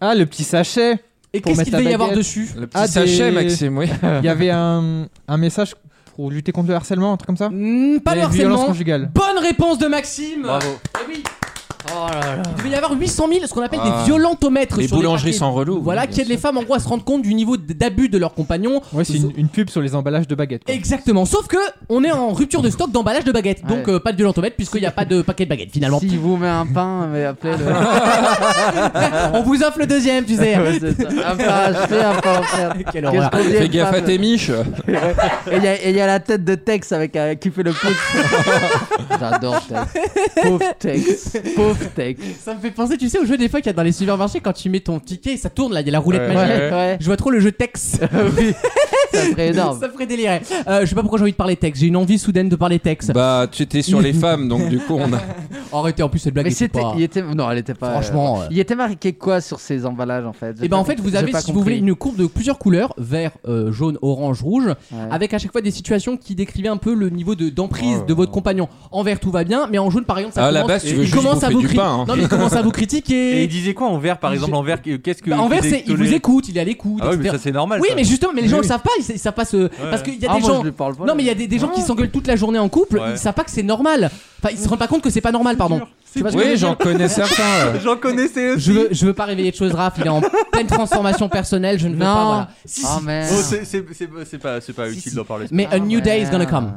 S6: Ah, le petit sachet.
S1: et
S6: Pour
S1: qu'est-ce
S6: mettre
S1: qu'il
S6: la
S1: devait y avoir
S6: baguette.
S1: dessus
S5: Le petit
S6: Ah, des-
S5: sachet, Maxime, oui.
S6: Il y avait un, un message pour lutter contre le harcèlement, un truc comme ça.
S1: Hmm, Pas
S6: Les
S1: le
S6: violences
S1: harcèlement.
S6: conjugales.
S1: Bonne réponse de Maxime Eh oui. Il devait y avoir 800 000, ce qu'on appelle
S5: Ah.
S1: des violentomètres
S5: Les
S1: sur
S5: boulangeries
S1: les parquets.
S5: sans relou.
S1: Voilà,
S5: oui,
S1: qui aident les femmes en gros à se rendre compte du niveau d- d'abus de leurs compagnons.
S6: Ouais, c'est une, une pub sur les emballages de baguettes. quoi.
S1: Exactement, sauf que on est en rupture de stock d'emballage de baguettes,
S3: Ouais.
S1: donc euh, pas de violentomètre puisqu'il n'y a pas de paquet de baguettes finalement.
S3: S'il vous met un pain, mais appelez-le.
S1: on vous offre le deuxième, tu sais.
S3: hein. Ouais, c'est ça. un pain acheté, un pain offert.
S1: Quelle
S3: Qu'est-ce
S1: horreur.
S3: qu'on dit à
S5: Ah, Fais
S3: une
S5: gaffe à
S3: femme
S5: tes miches.
S3: Et il y, a- et il y a la tête de Tex avec euh, qui fait le pouce. J'adore Tex. Pauvre Tex. Pauvre Tex.
S1: Ça me fait penser, tu sais, au jeu des fois qu'il y a dans les supermarchés quand tu mets ton ticket et ça tourne là, il y a la roulette
S5: Ouais.
S1: magique.
S3: Ouais, ouais.
S1: Je vois trop le jeu Tex.
S3: oui. Ça serait énorme.
S1: Ça ferait délirer. Euh, je sais pas pourquoi j'ai envie de parler Tex. J'ai une envie soudaine de parler Tex.
S5: Bah, tu étais sur les femmes, donc du coup, on a.
S1: Arrêtez, en plus cette blague
S3: Mais
S1: était
S3: c'était.
S1: pas.
S3: Il était, non, elle était pas.
S1: Franchement. euh,
S3: Il était marqué quoi sur ces emballages en fait
S1: Et ben en fait, vous avez, si vous voulez, une courbe de plusieurs couleurs vert, euh, jaune, orange, rouge,
S3: Ah,
S1: avec à chaque fois des situations qui décrivaient un peu le niveau de d'emprise
S3: Oh.
S1: de votre compagnon. En vert, tout va bien, mais en jaune, par exemple, ça
S5: Ah, à la
S1: commence-
S5: base, tu veux
S1: il
S5: juste
S1: commence à
S5: bouffer
S1: vous
S5: du
S1: cri-
S5: pain, hein.
S1: Non, mais il commence à vous critiquer.
S4: Et il disait quoi en vert par exemple En vert, qu'est-ce que.
S1: Bah, en vert,
S4: qu'il
S1: c'est il vous
S4: toléré
S1: écoute, il est à l'écoute,
S4: Ah oui, mais
S1: etc.
S4: ça c'est normal.
S1: Oui,
S4: ça.
S1: mais justement, mais les gens le savent pas, ils ils savent pas se. euh, Parce qu'il y a
S3: Ah,
S1: des
S3: moi,
S1: gens.
S3: je lui parle pas.
S1: Non, mais il y a des, des gens qui s'engueulent toute la journée en couple,
S4: Ouais.
S1: ils savent pas que c'est normal. Enfin, ils se rendent pas compte que c'est pas normal, pardon. Tu vois ce que je veux
S5: Oui,
S1: dire
S5: j'en connais certains. ouais.
S4: J'en connaissais
S1: je veux, je veux pas réveiller de choses, Raph. Il est en pleine transformation personnelle. Je ne veux
S3: Non.
S1: pas. Voilà. Si, si.
S3: Oh merde.
S4: Oh, c'est- c'est c'est- c'est pas, c'est pas
S1: Si,
S4: utile
S1: si.
S4: d'en parler.
S1: Mais a new day is gonna come.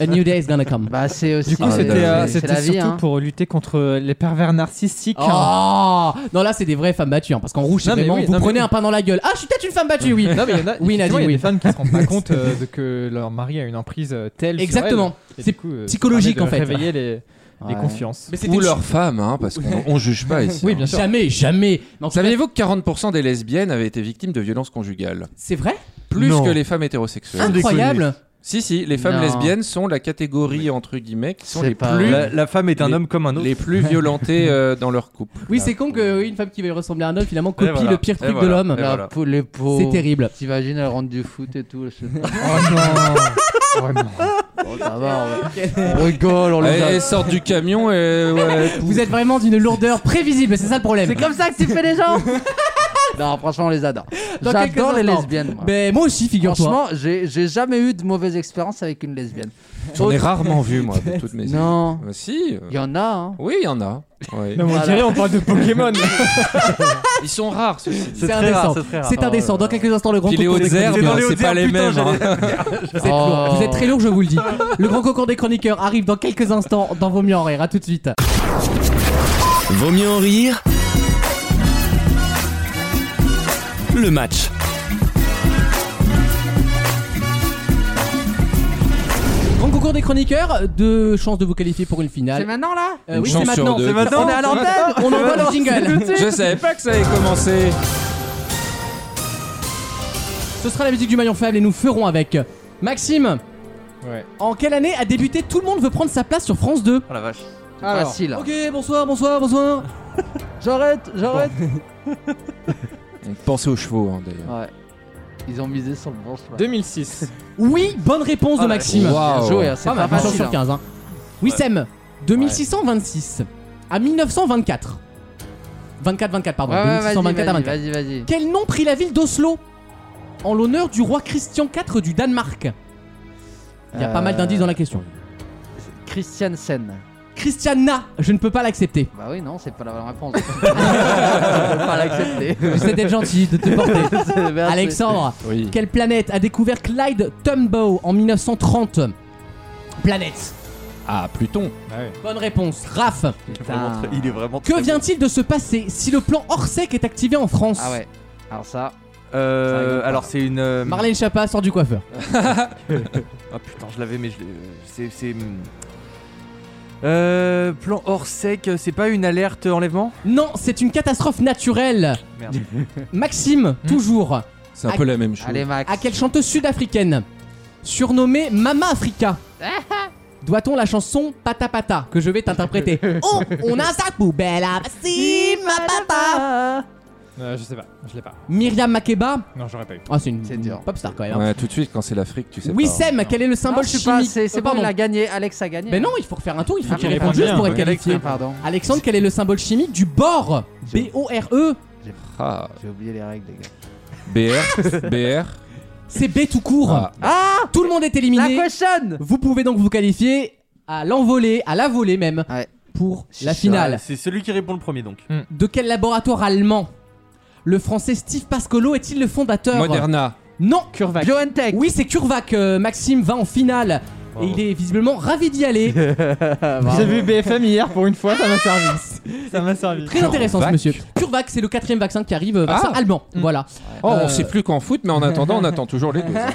S1: A new day is gonna come.
S3: Bah, c'est aussi.
S6: Du coup,
S3: euh,
S6: c'était
S3: c'est-
S6: euh,
S3: c'est
S6: c'était
S3: la vie,
S6: surtout
S3: hein.
S6: pour lutter contre les pervers narcissiques. hein.
S1: Oh non là c'est des vraies femmes battues hein, parce qu'en rouge c'est
S6: Non, mais
S1: vraiment
S6: oui,
S1: vous
S6: non, mais
S1: prenez
S6: oui.
S1: un pain dans la gueule. Ah je suis peut-être une femme battue oui.
S6: Non, mais il y en a,
S1: Oui,
S6: effectivement,
S1: Nadine,
S6: il y a
S1: oui.
S6: des femmes qui se rendent pas compte euh, de que leur mari a une emprise euh, telle. sur
S1: Exactement.
S6: elle, et
S1: C'est
S6: du coup, euh, ça
S1: psychologique,
S6: permet de
S1: en fait.
S6: Réveiller les, les
S3: Ouais.
S6: confiances.
S1: Mais c'était
S5: Ou leurs femmes, hein, parce qu'on on juge pas ici.
S6: Oui,
S5: hein.
S6: bien sûr.
S1: jamais jamais. Mais en tout cas,
S5: Saviez-vous que 40% des lesbiennes avaient été victimes de violences conjugales
S1: c'est vrai
S5: Plus
S4: Non.
S5: que les femmes hétérosexuelles.
S1: incroyable.
S5: Si, si, les femmes
S3: Non.
S5: lesbiennes sont la catégorie, entre guillemets, qui sont
S3: C'est
S5: les
S3: pas
S5: plus,
S3: vrai.
S4: La, la femme est un
S5: Les-
S4: homme comme un autre.
S5: les plus violentées euh, dans leur couple.
S1: Oui c'est con que oui, une femme qui veut ressembler à un homme finalement copie
S4: voilà.
S1: le pire
S4: Et
S1: truc de
S4: voilà.
S1: l'homme.
S4: Et voilà.
S3: La peau, les peaux.
S1: C'est terrible.
S3: T'imagines, elle rentre du foot et tout. je-
S6: Oh non Vraiment.
S3: Oh, ça va, on- on rigole, on
S5: Elles,
S3: les a-
S5: elles sortent du camion et. ouais,
S1: Vous êtes vraiment d'une lourdeur prévisible c'est ça le problème.
S3: C'est comme ça que tu fais les gens Non, franchement, on les adore.
S1: Dans quelques
S3: J'adore les
S1: instants.
S3: lesbiennes. moi.
S1: Ben moi aussi figure-toi.
S3: Franchement, j'ai j'ai jamais eu de mauvaise expérience avec une lesbienne.
S5: J'en ai rarement vu, moi, de toutes mes
S3: Non,
S5: vies. Euh, Si. euh,
S3: il y en a. Hein.
S5: Oui, il y en a. Ouais.
S6: Non, mais on
S3: Voilà.
S6: dirait on parle de Pokémon.
S5: Ils sont rares, ceci dit.
S1: C'est indécent. C'est indécent. Dans quelques instants le grand
S5: Puis les
S1: concours des
S5: hautes herbes,
S1: chroniqueurs.
S4: dans les
S5: c'est
S4: hautes
S5: pas
S4: herbes,
S5: les
S4: putain,
S5: mêmes. hein.
S1: Vous êtes
S3: Oh.
S1: lourd. Vous êtes très lourd je vous le dis. Le grand concours des chroniqueurs arrive dans quelques instants dans Vos mieux en rire. À tout de suite.
S7: Vaut mieux en rire. Le match.
S1: Grand concours des chroniqueurs, deux chances de vous qualifier pour une finale.
S3: C'est maintenant là
S1: Euh,
S5: Une
S1: oui,
S5: chance
S1: c'est
S5: sur
S1: maintenant.
S5: deux.
S1: C'est maintenant. On est à l'antenne, on envoie le jingle.
S5: Je savais pas que ça allait commencer.
S1: Ce sera la musique du maillon faible et nous ferons avec Maxime.
S6: Ouais.
S1: En quelle année a débuté Tout le monde veut prendre sa place sur France 2
S4: Oh la vache.
S1: Ah,
S6: Alors,
S3: Facile.
S1: Ok, bonsoir, bonsoir, bonsoir.
S3: J'arrête, j'arrête.
S5: Pensez aux chevaux, hein, d'ailleurs.
S3: Ouais. Ils ont misé sur le bon choix.
S6: 2006.
S1: Oui, bonne réponse de Maxime.
S3: Bien
S5: Waouh.
S3: joué, hein, Ah bah, c'est
S1: Pas
S3: pas,
S1: mal, une chance
S3: facile.
S1: sur 15. Hein. Wissem, 2626 à 1924. 24-24,
S3: hein.
S1: pardon.
S3: Ouais, ouais,
S1: 2624 à
S3: vas-y,
S1: 24.
S3: vas-y, vas-y.
S1: Quel nom prit la ville d'Oslo en l'honneur du roi Christian IV du Danemark Il y a pas mal d'indices dans la question.
S3: Christian Euh, Sen.
S1: Christiana, je ne peux pas l'accepter.
S3: Bah oui, non, c'est pas la bonne réponse. On peut pas l'accepter.
S1: J'essaie d'être gentil, de te porter.
S3: Merci.
S1: Alexandre,
S5: Oui.
S1: quelle planète a découvert Clyde Tombaugh en 1930 Planète.
S5: Ah, Pluton.
S1: Bonne réponse. Raph,
S4: Vraiment très- Il est vraiment.
S1: que
S4: très bon.
S1: vient-il de se passer si le plan Orsec est activé en France
S3: Ah ouais. Alors ça,
S4: Euh, alors c'est une. euh,
S1: Marlène Chapa sort du coiffeur.
S4: Ah putain, je l'avais, mais je l'ai. C'est. c'est- hmm. Euh, plan hors sec, c'est pas une alerte enlèvement
S1: Non, c'est une catastrophe naturelle.
S4: Merde.
S1: Maxime,
S3: Hmm.
S1: toujours.
S5: C'est un peu la même chose.
S3: allez Max.
S1: À quelle chanteuse sud-africaine Surnommée Mama Africa. Doit-on la chanson Pata Pata que je vais t'interpréter Oh, on a un sac poubelle à si ma papa.
S6: Euh, je sais pas, je l'ai pas.
S1: Myriam Makeba.
S6: Non, j'aurais pas eu.
S1: Ah, c'est une,
S3: C'est dur.
S1: pop star quand même. hein.
S5: Ouais, tout de suite, quand c'est l'afrique, tu sais pas.
S1: Wissem, quel est le
S3: Non,
S1: symbole
S3: Ah, je sais
S1: chimique
S3: pas, c'est c'est
S1: Euh,
S3: bon,
S1: pardon.
S3: il a gagné. Alex a gagné.
S1: Mais non, il faut refaire un tour, il faut
S3: Ah,
S1: qu'il
S3: mais
S1: réponde
S6: réponds
S1: juste
S6: bien,
S1: pour être
S6: ouais.
S1: qualifié.
S3: Ah, pardon.
S1: Alexandre, quel est le symbole chimique du bore
S3: J'ai-
S1: B-O-R-E.
S5: Ah,
S3: J'ai oublié les règles, les gars.
S5: BR, BR.
S1: C'est B tout court.
S5: Ah.
S3: Ah
S1: Tout le monde est
S3: La
S1: éliminé.
S3: cochonne
S1: Vous pouvez donc vous qualifier à l'envolée, à la volée même,
S3: Ouais.
S1: pour la finale.
S4: C'est celui qui répond le premier donc.
S1: De quel laboratoire allemand le français Steve Pascolo est-il le fondateur
S5: Moderna.
S1: Non
S6: Curvac.
S3: BioNTech
S1: Oui, c'est Curvac. euh, Maxime va en finale. Et il est visiblement ravi d'y aller.
S6: J'ai vu BFM hier pour une fois, ça m'a servi. Ça m'a servi.
S1: Très intéressant ce
S5: Curvac.
S1: monsieur. Curvac, c'est le quatrième vaccin qui arrive, euh, vaccin
S5: Ah.
S1: allemand. Voilà.
S5: Oh,
S1: Euh,
S5: on sait plus qu'en foot, mais en attendant, on attend toujours les deux. hein.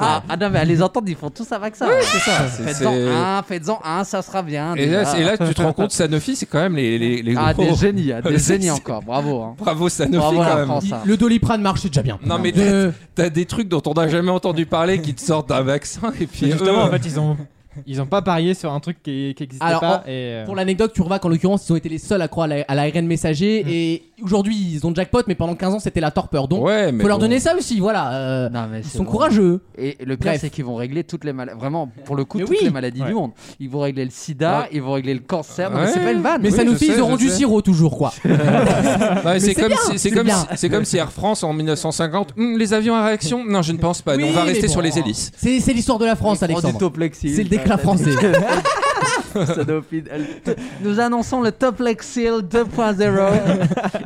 S3: ah, ah non, mais à les entendre, ils font tous avec ça. hein. Ah,
S5: C'est ça. c'est-
S3: Faites-en
S5: c'est-
S3: un, faites-en un, ça sera bien.
S5: Et
S3: déjà.
S5: là, c'est- et là, tu te rends compte, Sanofi, c'est quand même les, les, les
S3: Ah,
S5: gros.
S3: des génies, ah, des
S5: C'est-
S3: génies
S5: c'est-
S3: encore, bravo. Hein.
S5: Bravo Sanofi
S3: Bravo à
S5: quand
S3: la
S5: même.
S3: France. hein.
S1: Le doliprane marche, c'est déjà bien.
S5: Non mais t'as
S1: Euh,
S5: t'as des trucs dont on n'a jamais entendu parler qui te sortent d'un vaccin et puis euh,
S6: Justement,
S5: eux,
S6: en fait, ils ont Ils ont pas parié sur un truc qui, qui existait
S1: Euh. Alors,
S6: pas.
S1: en-
S6: et, euh,
S1: Pour l'anecdote, Turvac, en l'occurrence, ils ont été les seuls à croire à la- à l'ARN messager. Et aujourd'hui, ils ont jackpot, mais pendant 15 ans, c'était la torpeur. Donc,
S5: Mm. ouais, mais
S1: faut leur
S5: bon.
S1: donner ça aussi, voilà. euh,
S3: Non, mais
S1: ils
S3: c'est
S1: sont
S3: bon.
S1: courageux.
S3: Et le pire,
S1: Bref.
S3: c'est qu'ils vont régler toutes les maladies. Vraiment, pour le coup,
S1: Mais
S3: toutes
S1: oui.
S3: les maladies du monde. Ils vont régler le sida, ils vont régler le cancer. Non, mais c'est
S5: Ouais.
S3: pas une vanne.
S1: Mais
S5: Oui,
S1: ça nous
S5: je
S1: fait,
S5: sais,
S1: ils auront
S5: je
S1: du
S5: sais.
S1: sirop toujours, quoi.
S5: Non, mais
S1: c'est
S5: Bah, c'est comme
S1: bien,
S5: si- c'est
S1: c'est
S5: comme
S1: bien.
S5: si- c'est comme si Air France en 1950 Hum, les avions à réaction non je ne pense pas
S1: Oui,
S5: on va
S1: mais
S5: rester
S1: bon.
S5: sur les hélices
S1: C'est c'est l'histoire de la France, Alexandre. C'est le déclin français.
S3: Nous annonçons le Toplexil 2.0.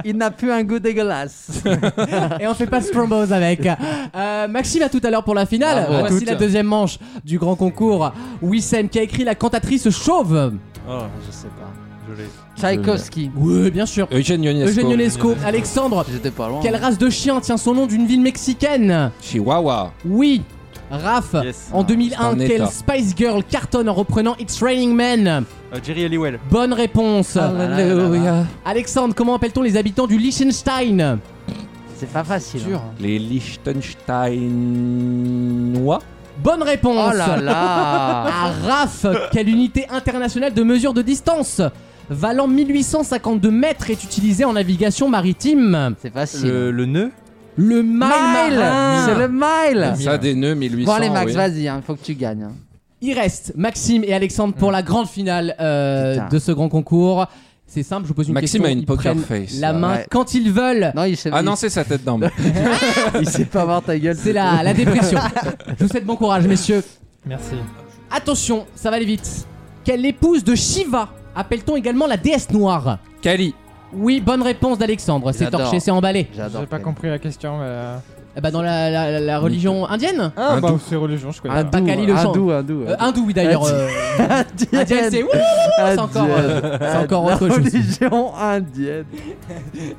S3: Il n'a plus un goût dégueulasse.
S1: Et on fait pas de Strombos avec. Euh, Maxime, à tout à l'heure pour la finale.
S6: Bravo. À
S1: Voici
S6: toutes.
S1: la deuxième manche du grand concours. Wissem qui a écrit la cantatrice chauve.
S4: Oh,
S3: Tchaïkovski.
S1: Oui, bien sûr.
S5: Eugène Ionesco
S1: Eugène Ionesco. Alexandre,
S3: J'étais pas loin.
S1: quelle race de chien tient son nom d'une ville mexicaine
S5: Chihuahua
S1: Oui. Raph,
S4: Yes.
S1: en
S5: c'est
S1: 2001,
S5: un
S1: quelle
S5: état.
S1: Spice Girl cartonne en reprenant It's Raining Men
S4: Euh, Jerry Halliwell.
S1: Bonne réponse.
S3: là là là là.
S1: Alexandre, comment appelle-t-on les habitants du Liechtenstein
S3: C'est pas facile. hein.
S5: les Liechtensteinois
S1: Bonne réponse.
S3: Oh là là.
S1: à RAF, quelle unité internationale de mesure de distance valant 1852 mètres est utilisée en navigation maritime
S3: C'est facile.
S4: Le, le nœud
S1: Le mile, marin.
S3: C'est le mile.
S5: Ah, ça des nœuds 1800
S3: Bon allez Max,
S5: oui.
S3: vas-y, il faut que tu gagnes. hein.
S1: Il reste Maxime et Alexandre pour la grande finale euh,
S3: Putain.
S1: de ce grand concours. C'est simple, je vous pose une
S5: Maxime
S1: question.
S5: a une
S1: ils
S5: poker
S1: prennent
S5: face,
S1: La
S5: là.
S1: main
S3: Ouais.
S1: quand ils veulent.
S3: Non, il sait,
S5: ah non c'est sa tête d'homme
S3: il, il sait pas voir ta gueule.
S1: C'est la, la dépression. je vous souhaite bon courage, messieurs.
S6: Merci.
S1: Attention, ça va aller vite. Quelle épouse de Shiva appelle-t-on également la déesse noire
S5: Kali
S1: Oui, bonne réponse d'Alexandre. C'est
S3: J'adore.
S1: torché, c'est emballé.
S3: J'adore.
S6: J'ai pas compris la question. mais, euh,
S1: Eh ben, dans la, la- la- la religion indienne
S6: Ah, bah,
S5: doux.
S6: c'est religion, je connais.
S3: Un
S6: pas.
S3: doux,
S1: Bacali le
S3: un
S1: chant.
S3: doux, un doux.
S1: Euh, hindou, oui, d'ailleurs.
S3: Indien.
S1: euh, indien, c'est ouh, c'est encore, euh, c'est encore
S3: la
S1: autre chose.
S3: religion indienne.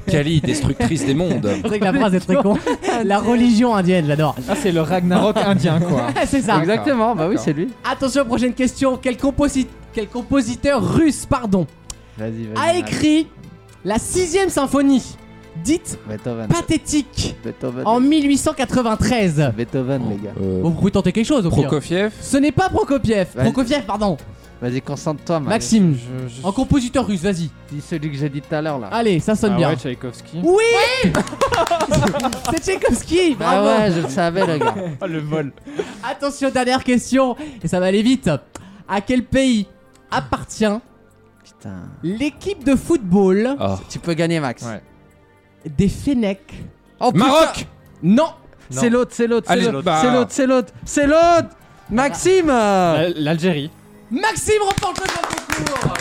S5: Kali destructrice des mondes
S1: C'est vrai que la phrase est très con. La religion indienne, j'adore.
S6: Ah, c'est le Ragnarok indien, quoi.
S1: c'est ça.
S3: Exactement, bah oui,
S5: D'accord.
S3: c'est lui.
S1: Attention, prochaine question. Quel, composi- quel compositeur russe, pardon,
S3: Vas-y, vas-y.
S1: a écrit la sixième symphonie, dite
S3: Beethoven.
S1: pathétique,
S3: Beethoven.
S1: en 1893
S3: Beethoven, les gars. Oh,
S5: Euh,
S1: Bon, Vous pouvez tenter quelque chose, au pire.
S5: Prokofiev
S1: Ce n'est pas Prokopiev.
S3: Vas-y.
S1: Prokofiev, pardon.
S3: Vas-y, concentre-toi, Max.
S1: Maxime,
S6: Je- je-
S1: en compositeur russe, vas-y.
S3: Dis celui que j'ai dit tout à l'heure là.
S1: Allez, ça sonne
S6: Ah
S1: bien.
S6: ouais, Tchaïkovski.
S1: Oui C'est Tchaïkovski
S3: bah
S1: Bravo
S3: ouais, je le savais, le gars.
S1: Attention, dernière question, et ça va aller vite. À quel pays appartient
S3: Putain.
S1: l'équipe de football
S5: Ah.
S3: Tu peux gagner, Max.
S6: Ouais.
S1: des Fennecs
S3: Oh, putain.
S5: Maroc
S1: Non
S3: C'est l'autre, c'est l'autre, c'est
S5: Allez,
S3: l'autre,
S5: bah.
S3: c'est l'autre, c'est l'autre, c'est l'autre Maxime euh,
S6: L'Al- L'Algérie.
S1: Maxime remporte le grand concours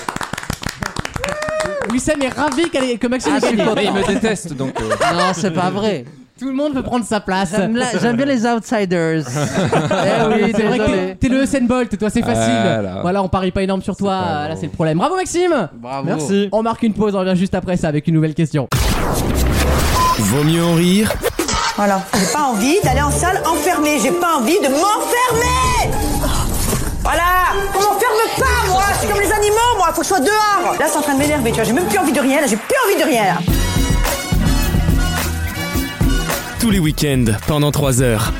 S1: Wissam est ravi qu'elle ait- que Maxime
S3: Ah,
S1: ait
S3: je suis
S1: gagné.
S5: mais il me déteste donc euh,
S3: Non, c'est pas vrai.
S1: Tout le monde veut prendre sa place.
S3: J'aime la- j'aime bien les outsiders. eh oui,
S1: C'est vrai que t'es-
S3: désolé.
S1: t'es le Usain Bolt, toi c'est facile.
S5: Voilà.
S1: Voilà, on parie pas énorme sur toi,
S5: pas
S1: là
S5: grave.
S1: c'est le problème. Bravo Maxime
S3: Bravo.
S6: Merci.
S1: On marque une pause, on revient juste après ça avec une nouvelle question.
S7: Vaut mieux en rire
S10: Voilà. J'ai pas envie d'aller en salle enfermée. J'ai pas envie de m'enfermer. Voilà. On m'enferme pas, moi. Je suis comme les animaux, moi. Faut que je sois dehors. Là, c'est en train de m'énerver. Tu vois, j'ai même plus envie de rien. Là, j'ai plus envie de rien. là.
S7: tous les week-ends pendant 3 heures.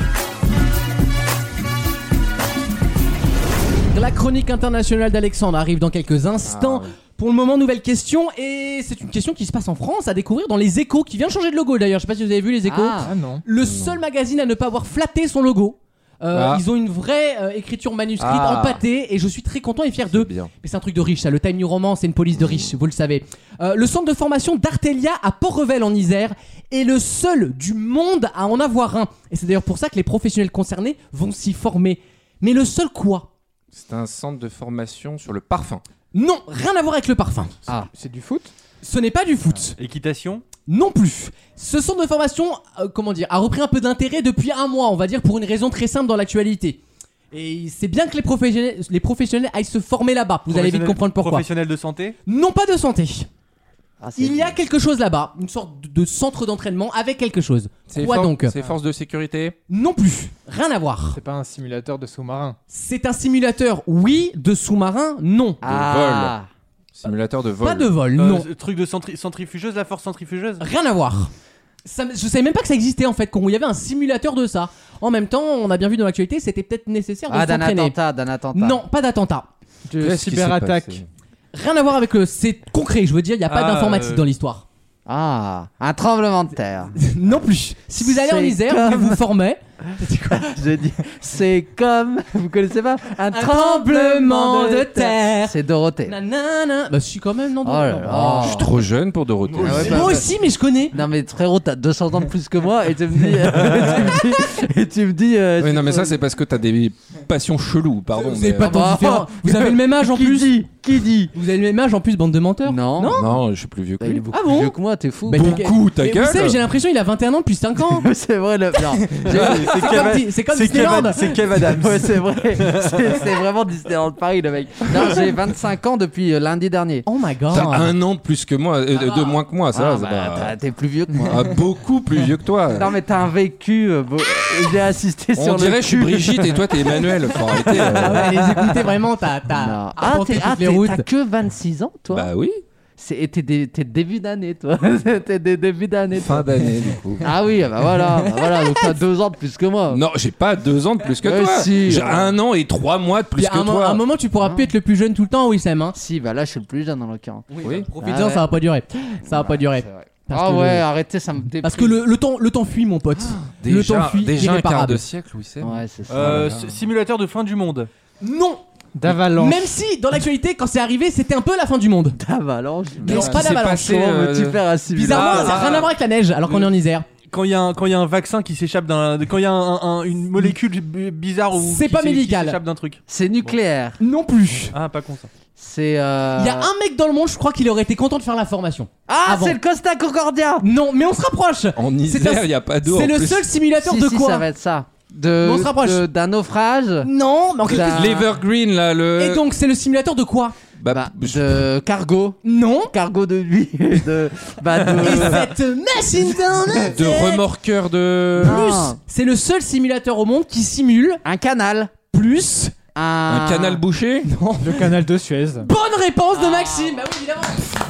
S1: La chronique internationale d'Alexandre arrive dans quelques instants.
S5: Ah
S1: Pour le moment, nouvelle question, et c'est une question qui se passe en France, à découvrir dans Les Échos, qui vient de changer de logo d'ailleurs. Je sais pas si vous avez vu Les Échos.
S3: Ah.
S6: Ah non.
S1: Le seul magazine à ne pas avoir flatté son logo. Euh,
S5: Ah.
S1: Ils ont une vraie euh, écriture manuscrite
S5: Ah.
S1: en pâté, et je suis très content et fier d'eux.
S5: bien Mmh.
S1: Mais c'est un truc de riche, ça. Le Time New Roman, c'est une police de riche, vous le savez. Euh, le centre de formation d'Artelia à Port-Revel en Isère est le seul du monde à en avoir un. Et c'est d'ailleurs pour ça que les professionnels concernés vont s'y former. Mais le seul quoi
S5: c'est un centre de formation sur le parfum
S1: Non, rien à voir avec le parfum.
S6: C'est du foot
S1: Ce n'est pas du foot,
S4: Équitation
S1: non plus. Ce centre de formation, euh, comment dire, a repris un peu d'intérêt depuis un mois, on va dire, pour une raison très simple dans l'actualité. Et c'est bien que les professionnels, les professionnels aillent se former là-bas. Vous allez vite
S4: Professionnel-
S1: comprendre pourquoi.
S4: Professionnel de santé
S1: Non pas de santé.
S3: Ah, c'est-
S1: Il y a quelque chose là-bas, une sorte de de centre d'entraînement avec quelque chose.
S5: c'est
S1: Quoi
S5: for-
S1: donc
S5: c'est force de sécurité
S1: Non plus, rien à voir.
S6: C'est pas un simulateur de sous-marin.
S1: C'est un simulateur, oui, de sous-marin, non.
S3: Ah,
S5: simulateur de vol
S1: Pas de vol,
S4: Euh,
S1: non.
S4: ce Truc de centri- centrifugeuse, la force centrifugeuse
S1: Rien à voir. ça me- je savais même pas que ça existait en fait, qu'on- il y avait un simulateur de ça. En même temps, on a bien vu dans l'actualité, c'était peut-être nécessaire de
S3: Ah, d'un
S1: s'entraîner.
S3: attentat, d'un attentat.
S1: Non, pas d'attentat.
S6: De cyberattaque.
S1: Rien à voir avec le. C'est concret, je veux dire, il n'y a pas
S4: Ah,
S1: d'informatique
S4: euh.
S1: dans l'histoire.
S3: Ah, un tremblement de terre.
S1: non plus. Si vous allez en
S3: C'est
S1: Isère,
S3: comme-
S1: vous vous formez.
S3: J'ai dit, c'est comme, vous connaissez pas, un,
S1: tremblement de terre.
S3: C'est Dorothée.
S1: Nanana. Bah, si, quand même, non.
S3: Oh là là.
S5: Je suis trop jeune pour Dorothée.
S3: Ah ouais, bah,
S1: Moi
S3: bah.
S1: aussi, mais je connais.
S3: Non mais frérot, t'as 200 ans de plus que moi et tu me dis, et tu me dis, et tu me dis, euh,
S5: Oui, non, mais ça, c'est parce que t'as des passions cheloues, pardon.
S1: Vous
S5: mais,
S1: avez pas
S5: euh,
S1: tant
S3: bah.
S1: différent. Vous avez le même âge en
S3: qui
S1: plus.
S3: dit, qui dit
S1: Vous avez le même âge en plus, bande de menteurs.
S3: Non.
S1: Non
S5: Non, je suis plus vieux que
S3: Bah, il
S5: lui.
S3: est beaucoup
S1: Ah
S3: plus
S1: bon
S3: vieux que moi, t'es fou.
S1: Bah, t'es-
S5: Beaucoup, ta
S1: Mais
S5: gueule
S1: Vous savez, j'ai l'impression qu'il a 21 ans depuis 5 ans.
S3: c'est vrai le. Non.
S1: C'est comme Di- C'est comme
S4: C'est Kev,
S1: Disneyland.
S4: Ad- c'est Kev Adams.
S3: Ouais, c'est vrai. C'est c'est vraiment Disneyland Paris le mec. Non, j'ai 25 ans depuis euh, lundi dernier.
S1: Oh my god.
S5: T'as un an de plus que moi, euh, de moins que moi, ça.
S3: Ah,
S5: va, ça
S3: bah,
S5: va.
S3: t'as- t'es plus vieux que moi.
S5: Ah, beaucoup plus vieux que toi.
S3: Non mais t'as un vécu. euh, beau- J'ai assisté sur
S5: On dirait
S3: le
S5: que je suis
S3: cul.
S5: Brigitte et toi t'es Emmanuel. Faut arrêter. euh.
S1: Ah ouais, les écouter vraiment, t'as t'as
S3: Non. Ah,
S1: arpenté
S3: t'es- ah,
S1: toutes les
S3: t'es-
S1: routes.
S3: t'as que 26 ans, toi
S5: Bah oui.
S3: C'est- et T'es dé- t'es début d'année, toi. T'es dé- début d'année. toi.
S5: Fin d'année du coup.
S3: Ah oui, bah voilà, bah voilà. Donc t'as deux ans de plus que
S1: Oh.
S3: moi.
S5: Non, j'ai pas deux ans de plus que
S3: Ouais,
S5: toi.
S3: si.
S5: J'ai un an et trois mois de plus
S1: Puis à un,
S5: que
S1: mo-
S5: toi.
S1: un moment, tu
S3: Ah.
S1: pourras plus être le plus jeune tout le temps, Wissem. Hein.
S3: Si, bah là, je suis le plus jeune en l'occurrence.
S5: Oui.
S1: Profite-en,
S3: Ah ouais.
S1: bah, ça va pas durer. Ça va pas durer.
S3: C'est vrai.
S1: Parce
S3: ah
S1: que
S3: ouais,
S1: le-
S3: arrêtez, ça me déprime.
S1: Parce que le, le temps, le temps fuit, mon pote. le temps fuit,
S5: déjà un quart
S1: irréparable.
S5: de siècle, oui, c'est.
S3: Ouais, c'est ça.
S4: Euh, s- simulateur de fin du monde.
S1: Non,
S6: D'avalanche.
S1: même si dans l'actualité, quand c'est arrivé, c'était un peu la fin du monde.
S3: Ah D'avalanche.
S1: Mais
S5: Qu'est-ce
S1: c'est pas
S5: qui s'est
S1: d'avalanche.
S5: passé,
S3: Comment
S5: euh,
S3: veux-tu faire un simulateur
S1: Bizarrement,
S4: Ah,
S1: ça n'a
S4: ah,
S1: rien à
S4: ah.
S1: voir avec la neige, alors qu'on est en Isère.
S4: Quand il y, a un- quand il y a un vaccin qui s'échappe d'un. Quand il y a un- un- un- une molécule b- bizarre ou.
S1: C'est
S4: qui
S1: pas
S4: s'é- qui
S1: médical.
S4: s'échappe d'un truc.
S3: C'est nucléaire.
S1: Non plus.
S4: Ah, pas con ça.
S3: C'est. euh,
S1: Il y a un mec dans le monde, je crois qu'il aurait été content de faire la formation.
S3: Ah,
S1: avant.
S3: c'est le Costa Concordia
S1: Non, mais on se rapproche.
S5: En
S1: C'est un-
S5: Isère, il y a pas d'eau.
S1: C'est
S5: en
S1: le
S5: plus.
S1: seul simulateur
S3: Si,
S1: de
S3: si,
S1: quoi
S3: ça va être ça. De-
S1: Bon, on se rapproche.
S3: de- D'un naufrage.
S1: Non, mais en quelque
S3: D'un-
S5: L'Evergreen là,
S3: Euh.
S5: le.
S1: Bah. Et donc, c'est le simulateur de quoi
S5: Bah,
S3: bah,
S5: je-
S3: de cargo.
S1: Non.
S3: Cargo de lui. de, bah, de-
S1: Et cette machine d'Inde
S5: de remorqueur de.
S3: Non.
S1: Plus, c'est le seul simulateur au monde qui simule
S3: Un canal.
S1: plus.
S3: Un,
S1: Ah.
S5: Un canal bouché Non.
S6: Le canal de Suez.
S1: Bonne réponse de Maxime. Bah oui, évidemment.
S3: Ah.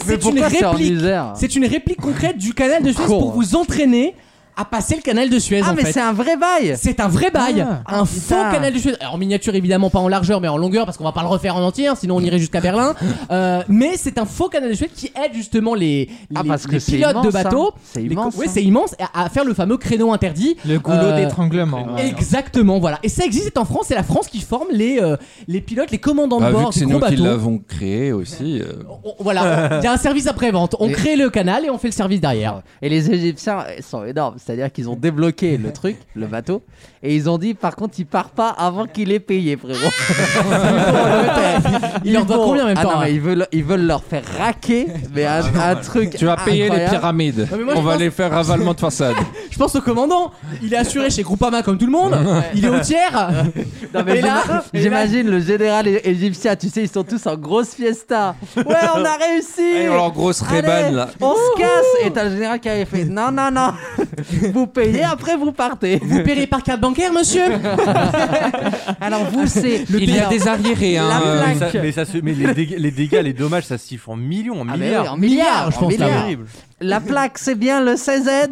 S3: Mais
S1: C'est une
S3: pourquoi c'est en
S1: réplique.
S3: Isère
S1: C'est une réplique concrète du canal de Suez
S3: Con,
S1: pour
S3: hein.
S1: vous entraîner à passer le canal de Suez
S3: Ah,
S1: en
S3: mais
S1: fait.
S3: c'est un vrai bail
S1: C'est un vrai bail,
S3: Ah,
S1: un
S3: ah,
S1: faux
S3: putain.
S1: canal de Suez. Alors, En miniature évidemment pas en largeur mais en longueur parce qu'on va pas le refaire en entier hein, sinon on irait jusqu'à Berlin. Euh, mais c'est un faux canal de Suez qui aide justement les,
S3: Ah,
S1: les-
S3: parce que
S1: les
S3: c'est
S1: pilotes de
S3: immense,
S1: bateaux.
S3: hein. C'est
S1: les co-
S3: immense,
S1: ouais,
S3: hein.
S1: c'est immense à, à faire le fameux créneau interdit.
S6: Le goulot
S1: Euh,
S6: d'étranglement.
S1: Exactement, voilà. Et ça existe c'est en France, c'est la France qui forme les, euh, les pilotes, les commandants
S5: Bah,
S1: de
S5: vu
S1: bord
S5: que c'est
S1: des
S5: nous
S1: gros
S5: qui
S1: bateaux.
S5: l'avons créé aussi. euh,
S1: On- voilà, il y a un service après-vente. On
S3: Et-
S1: crée le canal et on fait le service derrière.
S3: Et les Égyptiens ils sont énormes, c'est-à-dire qu'ils ont débloqué le truc, le bateau, et ils ont dit par contre il part pas avant qu'il ait payé, frérot.
S1: Il leur doit
S3: Ils vont-
S1: combien en même
S3: Ah
S1: temps,
S3: non,
S1: hein Ah,
S3: mais ils veulent, ils veulent leur faire raquer, mais un, un truc.
S5: Tu vas payer les
S3: incroyable.
S5: pyramides.
S1: mais moi,
S5: On
S1: je
S5: va
S1: pense-
S5: les faire ravalement de façade.
S1: Je pense au commandant, il est assuré chez Groupama comme tout le monde, il est au tiers.
S3: Non, Ah, mais
S1: Et là-
S3: j'ima-
S1: et là-
S3: J'imagine le général é- égyptien, tu sais, ils sont tous en grosse fiesta. Ouais, on a réussi
S5: Allez, on leur grosse
S3: Allez,
S5: rébane là.
S3: On se casse Et t'as le général qui avait fait non, non, non, vous payez, après vous partez.
S1: Vous paierez par carte bancaire, monsieur
S3: Alors vous, c'est.
S5: Il y a
S3: Alors,
S5: des arriérés. hein,
S3: La
S5: euh,
S3: plaque.
S4: Mais ça, mais ça se- mais les, dég- les dégâts, les dommages, ça se siffle en millions, en
S3: Ah, mais oui,
S4: milliards.
S3: en milliards,
S1: bah Milliards, je
S3: en
S1: pense,
S3: milliards.
S1: là-bas.
S4: Terrible.
S3: La plaque, c'est bien le CZ. euh,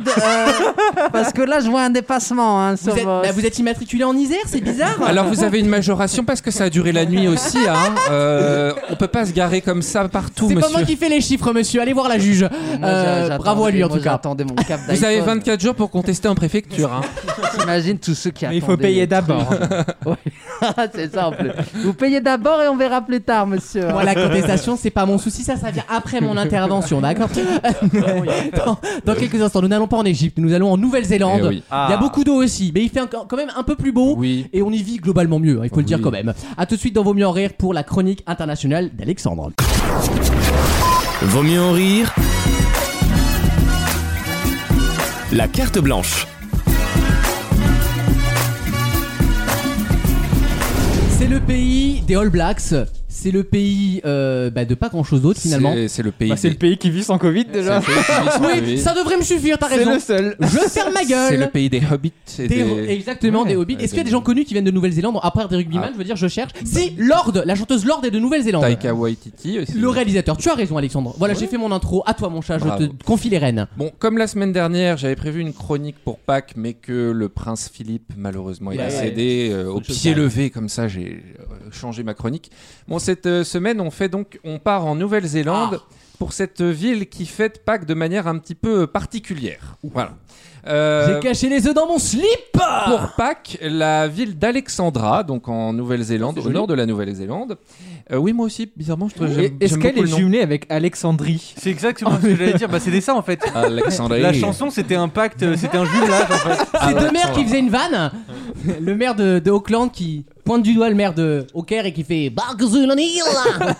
S3: parce que là, je vois un dépassement. hein,
S1: vous
S3: sur
S1: êtes,
S3: vos-
S1: bah, vous êtes immatriculé en Isère, c'est bizarre
S5: Alors vous avez une majoration parce que ça a duré la nuit aussi. Hein. Euh, on peut pas se garer comme ça partout,
S1: C'est
S5: monsieur.
S1: pas moi qui fais les chiffres, monsieur, allez voir la juge.
S3: Moi,
S1: Euh,
S3: j'a-
S1: bravo à lui, en
S3: moi,
S1: tout cas.
S3: J'attendais mon cap
S5: Vous avez
S3: d'iPhone.
S5: 24 jours pour contester en préfecture. Hein.
S3: T'imagines tous ceux qui
S6: Mais il faut
S3: attendaient
S6: payer
S3: les trucs.
S6: d'abord.
S3: Ah, c'est ça en plus. Vous payez d'abord et on verra plus tard, monsieur.
S1: Moi, la contestation, c'est pas mon souci, ça, ça vient après mon intervention, d'accord dans, dans quelques instants, nous n'allons pas en Égypte, nous allons en Nouvelle-Zélande.
S5: Eh oui.
S1: Il y a beaucoup d'eau aussi, mais il fait encore- quand même un peu plus beau.
S5: Oui.
S1: Et on y vit globalement mieux, hein, il faut le dire
S5: Oui.
S1: quand même. A tout de suite dans Vaut mieux en rire pour la chronique internationale d'Alexandre.
S7: Vaut mieux en rire. La carte blanche.
S1: C'est le pays des All Blacks. C'est le pays euh, bah, de pas grand chose d'autre finalement.
S5: C'est- C'est le pays.
S6: Bah, c'est le
S5: des-
S6: pays qui vit sans Covid
S5: c'est
S6: déjà.
S5: le pays qui vit sans
S1: Oui,
S5: Covid.
S1: ça devrait me suffire, t'as
S6: C'est
S1: raison.
S6: le seul.
S1: Je ferme ma
S5: C'est le
S1: gueule.
S5: pays des hobbits. et
S1: Des-
S5: des-
S1: Exactement,
S5: Ouais, Euh,
S1: des hobbits.
S5: ouais,
S1: Est-ce qu'il y a des gens connus qui viennent de Nouvelle-Zélande À part des rugbyman, je veux dire, je cherche. Si, Lord, la chanteuse Lord est de Nouvelle-Zélande.
S5: Taika Waititi. aussi.
S1: Le réalisateur, tu as raison, Alexandre. Voilà, j'ai fait mon intro. À toi, mon chat, je
S5: Bravo.
S1: te confie les rênes.
S5: Bon, comme la semaine dernière, j'avais prévu une chronique pour Pâques, mais que le prince Philippe, malheureusement, est
S1: Ouais,
S5: décédé euh, au
S1: Faut le
S5: pied
S1: sauvegarder.
S5: levé, comme ça, j'ai euh, changé ma chronique. Bon, cette euh, semaine, on fait donc, on part en Nouvelle-Zélande pour cette ville qui fête Pâques de manière un petit peu particulière. Voilà. Euh,
S1: J'ai caché les œufs dans mon slip.
S5: pour Pâques, la ville d'Alexandra, donc en Nouvelle-Zélande, au nord de la Nouvelle-Zélande. Euh, oui, moi aussi, bizarrement, je trouve j'aime-
S6: Est-ce
S5: j'aime
S6: qu'elle
S5: beaucoup
S6: est
S5: le nom.
S6: jumelée avec Alexandrie
S4: C'est exactement ce que
S1: Ah,
S4: j'allais dire. Bah, c'était ça en fait.
S5: Alexandrie.
S4: La chanson, c'était un pacte, euh, c'était un jumelage en fait.
S5: Ah,
S1: C'est deux maires qui faisaient une vanne. Le maire de, de Auckland qui pointe du doigt le maire de Hawker et qui fait Barque sur une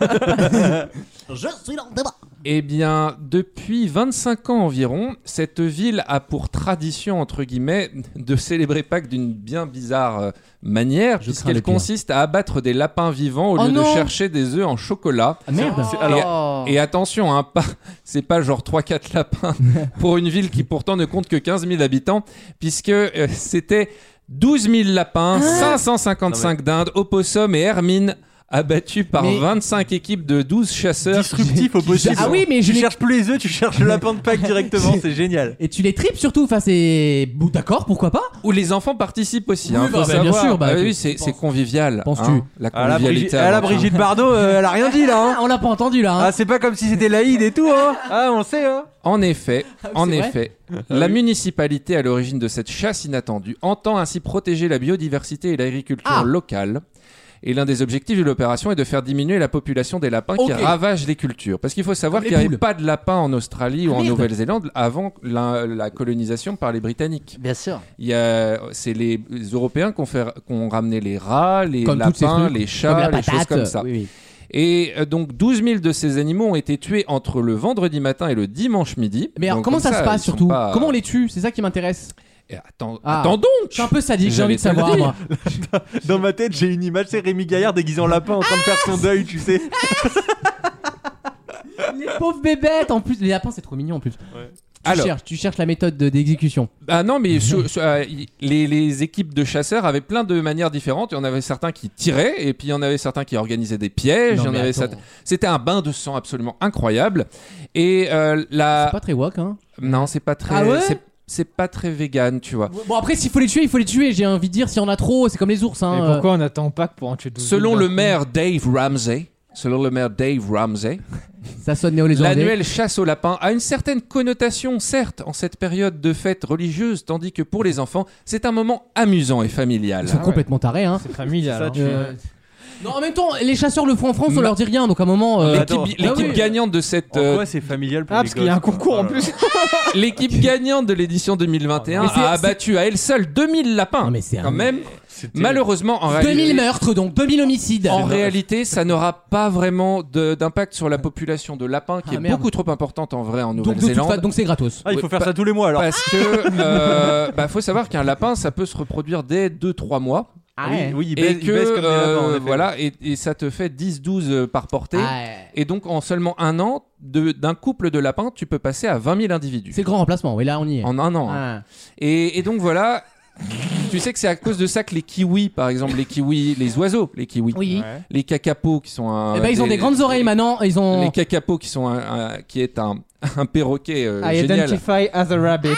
S1: île. Je suis là débat.
S5: Eh bien, depuis 25 ans environ, cette ville a pour tradition, entre guillemets, de célébrer Pâques d'une bien bizarre euh, manière,
S1: Je crains le
S5: puisqu'elle
S1: pire.
S5: consiste à abattre des lapins vivants au
S1: Oh
S5: lieu de
S1: non
S5: chercher des œufs en chocolat.
S1: Ah, merde.
S4: C'est-
S5: Et,
S4: Alors,
S1: Oh.
S5: et attention, hein, pas, c'est pas genre 3-4 lapins pour une ville qui pourtant ne compte que 15 000 habitants, puisque euh, c'était 12 000
S1: Ah.
S5: lapins, 555 dindes, opossums et hermines abattus par
S1: Mais-
S5: 25 équipes de 12 chasseurs.
S4: disruptif au possible.
S1: Ah oui, mais je
S4: tu
S1: l'ai-
S4: cherches plus les œufs, tu cherches le lapin de Pâques directement, c'est génial.
S1: Et tu les tripes surtout. Enfin, c'est. Bon, d'accord, pourquoi pas
S5: Où les enfants participent aussi.
S1: Oui,
S5: hein,
S1: bah, bah,
S5: faut
S1: bien
S5: savoir.
S1: sûr, bah,
S5: Ah oui,
S1: tu-
S5: c'est
S1: penses-
S5: c'est convivial.
S1: penses-tu
S5: hein, La
S4: Ah, la, Brigitte,
S5: convivialité.
S4: ah, la
S5: avant tout.
S4: Brigitte Bardot, euh, elle a rien dit là. Hein.
S1: Ah, on l'a pas entendu là. hein.
S4: Ah, c'est pas comme si c'était l'Aïd et tout, hein. Ah, on sait, hein.
S5: En effet,
S1: Ah oui,
S5: en
S1: c'est vrai.
S5: effet, la municipalité à l'origine de cette chasse inattendue entend ainsi protéger la biodiversité et l'agriculture
S1: Ah.
S5: locale. Et l'un des objectifs de l'opération est de faire diminuer la population des lapins
S1: Ok.
S5: qui ravagent les cultures. Parce qu'il faut savoir
S1: Comme
S5: qu'il
S1: les
S5: n'y avait
S1: poules. Ah,
S5: pas de lapins en Australie ou en
S1: merde.
S5: Nouvelle-Zélande avant la- la colonisation par les Britanniques.
S3: Bien sûr.
S5: Il y a, c'est les Européens qui ont, fait- qui ont ramené les rats, les
S1: Comme toutes ces
S5: lapins,
S1: trucs,
S5: les
S1: comme la
S5: chats, les
S1: patate.
S5: choses comme ça.
S1: Oui, oui.
S5: Et euh, donc 12 000 de ces animaux ont été tués entre le vendredi matin et le dimanche midi.
S1: Mais alors,
S5: Donc,
S1: comment
S5: comme
S1: ça, se passe
S5: ils sont
S1: surtout
S5: pas-
S1: Comment on les tue C'est ça qui m'intéresse.
S5: Eh, attends,
S1: Ah.
S5: attends
S1: Je
S5: donc
S1: suis un peu sadique, j'ai envie de
S5: J'allais te le
S1: savoir.
S5: dire.
S1: Moi.
S4: Dans ma tête, j'ai une image, c'est Rémi Gaillard déguisé en lapin en train de faire
S5: Ah
S4: son deuil, tu sais.
S1: Les pauvres bébêtes en plus. Les lapins, c'est trop mignon en plus. Tu,
S5: Alors.
S1: cherches, tu cherches la méthode de- d'exécution.
S5: Ah non, mais sur- sur- euh, y- les, les équipes de chasseurs avaient plein de manières différentes. Il y en avait certains qui tiraient, et puis il y en avait certains qui organisaient des pièges.
S1: Non,
S5: il y en
S1: mais
S5: avait
S1: attends.
S5: certains- C'était un bain de sang absolument incroyable. Et euh, la...
S1: C'est pas très wok, hein.
S5: Non, c'est pas très...
S1: Ah ouais
S5: c'est- c'est pas très vegan, tu vois.
S1: Bon, après, s'il faut les tuer, il faut les tuer. J'ai envie de dire, s'il y en a trop, c'est comme les ours, hein.
S6: Mais pourquoi on attend Pâques pour en tuer 12
S5: Selon
S6: mille
S5: le
S6: d'un
S5: maire Dave Ramsey, selon le maire Dave Ramsey,
S1: Euh, Ça sonne néo les
S5: l'annuelle chasse aux lapins a une certaine connotation, certes, en cette période de fête religieuse, tandis que pour les enfants, c'est un moment amusant et familial.
S1: Ils sont complètement tarés, hein.
S6: coup C'est familial.
S4: Ça,
S6: hein.
S4: tu-
S1: Euh, Non, en même temps, les chasseurs le font en France, on
S5: Ma-
S1: leur dit rien, donc à un moment. euh,
S5: L'équipe
S4: J'adore.
S5: l'équipe
S1: Ah oui.
S5: gagnante de cette
S4: En
S5: euh,
S4: quoi c'est familial pour
S6: Ah,
S4: les
S6: parce qu'il y a un
S4: gosses, quoi.
S6: concours en
S4: Voilà.
S6: plus.
S5: l'équipe gagnante de l'édition 2021
S1: Mais c'est-
S5: a abattu à elle seule 2000 lapins.
S1: Non, mais c'est un-
S5: quand même,
S4: C'était-
S5: malheureusement Ah, en
S1: 2000
S5: réalité,
S1: meurtres, donc 2000 homicides.
S5: en réalité, ça n'aura pas vraiment de- d'impact sur la population de lapins qui
S1: Ah,
S5: est
S1: merde.
S5: beaucoup trop importante en vrai en
S1: donc, de toute fa-
S5: Nouvelle-Zélande.
S1: donc c'est gratos.
S4: Ah, il faut
S5: Ouais,
S4: faire
S5: pas-
S4: ça tous les mois alors.
S5: Parce que euh, bah, faut savoir qu'un lapin, ça peut se reproduire dès 2-3 mois.
S1: Ah
S4: oui, oui, il
S5: et
S4: baisse,
S5: que
S4: il baisse comme des lapins, en
S5: euh,
S4: effet.
S5: voilà, et, et ça te fait 10-12 euh, par portée.
S1: Ah.
S5: Et donc en seulement un an, de- d'un couple de lapins, tu peux passer à 20 000 individus.
S1: C'est le grand remplacement, oui, là on y est.
S5: En un an. hein.
S1: Ah.
S5: Et, et donc voilà. Tu sais que c'est à cause de ça que les kiwis, par exemple, les kiwis, les oiseaux, les kiwis,
S1: Oui.
S5: les cacapos qui sont un.
S1: Eh ben, ils ont des grandes oreilles maintenant, ils ont.
S5: Les cacapos qui sont un- un- qui est un, un perroquet euh,
S1: Ah,
S6: I
S5: génial.
S6: identify as a rabbit.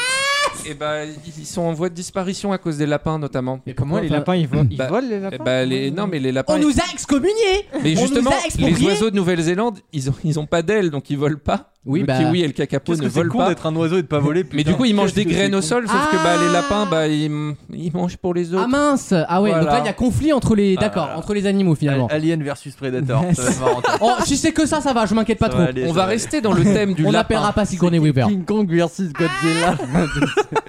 S5: Et ben ils sont en voie de disparition à cause des lapins notamment.
S6: Mais comment les
S1: Enfin,
S6: lapins ils, vo- ils
S5: bah,
S6: volent les
S5: Eh
S6: lapins
S5: ben, les... Non, mais les lapins.
S1: On nous a excommuniés
S5: Mais
S1: on
S5: justement,
S1: nous a expropriés
S5: les oiseaux de Nouvelle-Zélande, ils ont, ils ont pas d'ailes, donc ils volent pas.
S1: Oui,
S5: le
S1: bah.
S5: kiwi et le cacapo
S4: Qu'est-ce
S5: ne
S4: que c'est
S5: volent
S4: con
S5: pas.
S4: d'être un oiseau et de pas voler.
S5: Mais
S4: putain.
S5: du coup, ils mangent des
S4: Qu'est-ce que c'est
S5: graines au
S4: con.
S5: sol, sauf que bah, les lapins, bah, ils, ils mangent pour les
S1: Ah
S5: autres.
S1: mince Ah ouais, donc
S5: Voilà. Ah.
S1: là il y a conflit entre les. D'accord,
S4: Voilà.
S1: entre les animaux finalement.
S4: Alien versus Predator. ça va être marrant.
S1: Oh, si c'est que ça, ça va, je m'inquiète pas
S4: Ça
S1: trop.
S4: va aller,
S5: On
S4: ça
S5: va
S4: aller.
S5: rester dans le thème du
S1: On
S5: lapin.
S1: n'appellera pas Sigourney Weaver.
S3: King Kong versus Godzilla.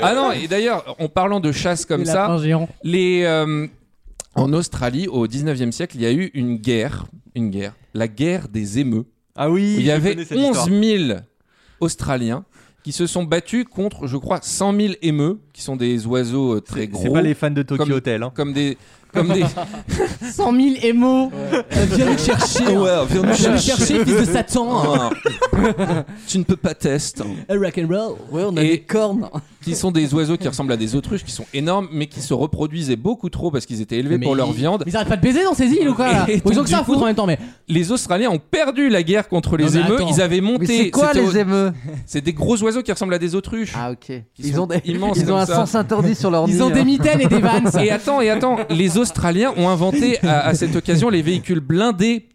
S5: Ah non, et d'ailleurs, en parlant de chasse comme
S1: Les
S5: ça,
S1: lapins géants.
S5: les, euh, en Australie, au 19e siècle, il y a eu une guerre, une guerre, la guerre des émeux.
S4: Ah oui,
S5: Il y
S4: je
S5: avait
S4: connais cette
S5: 11
S4: histoire.
S5: 000 Australiens qui se sont battus contre, je crois, 100 000 émeux, qui sont des oiseaux euh, très
S4: C'est
S5: gros.
S4: c'est pas les fans de Tokyo
S5: Comme-
S4: Hotel. hein.
S5: comme des comme des.
S1: 100 000 émos. Euh, viens nous chercher. hein.
S5: Ouais,
S1: Viens
S5: viens nous
S1: nous
S5: chercher.
S1: chercher, fils de Satan.
S5: Ah. tu ne peux pas tester.
S1: A rock and roll.
S3: Ouais, on a
S5: Et-
S3: des cornes.
S5: Qui sont des oiseaux qui ressemblent à des autruches, qui sont énormes, mais qui se reproduisaient beaucoup trop parce qu'ils étaient élevés
S1: Mais
S5: pour leur
S1: ils-
S5: viande.
S1: Ils arrêtent pas de baiser dans ces îles ou quoi là
S5: Et
S1: Ou Ils ont
S5: donc,
S1: que ça
S5: du
S1: à foutre
S5: coup-
S1: en même temps, mais.
S5: Les Australiens ont perdu la guerre contre
S1: Non,
S5: les
S1: mais
S5: émeux.
S1: attends.
S5: Ils avaient
S3: Mais
S5: monté.
S3: c'est quoi
S5: c'était au-
S3: les émeux
S5: C'est des gros oiseaux qui ressemblent à des autruches.
S3: Ah ok. Ils,
S5: sont
S3: ont des
S5: immenses
S3: Ils ont
S5: comme
S3: un
S5: ça.
S3: sens interdit sur leur nid,
S1: Ils ont
S3: hein.
S1: des mitaines et des vannes.
S5: Et attends, et attends, les Australiens ont inventé à, à cette occasion les véhicules blindés.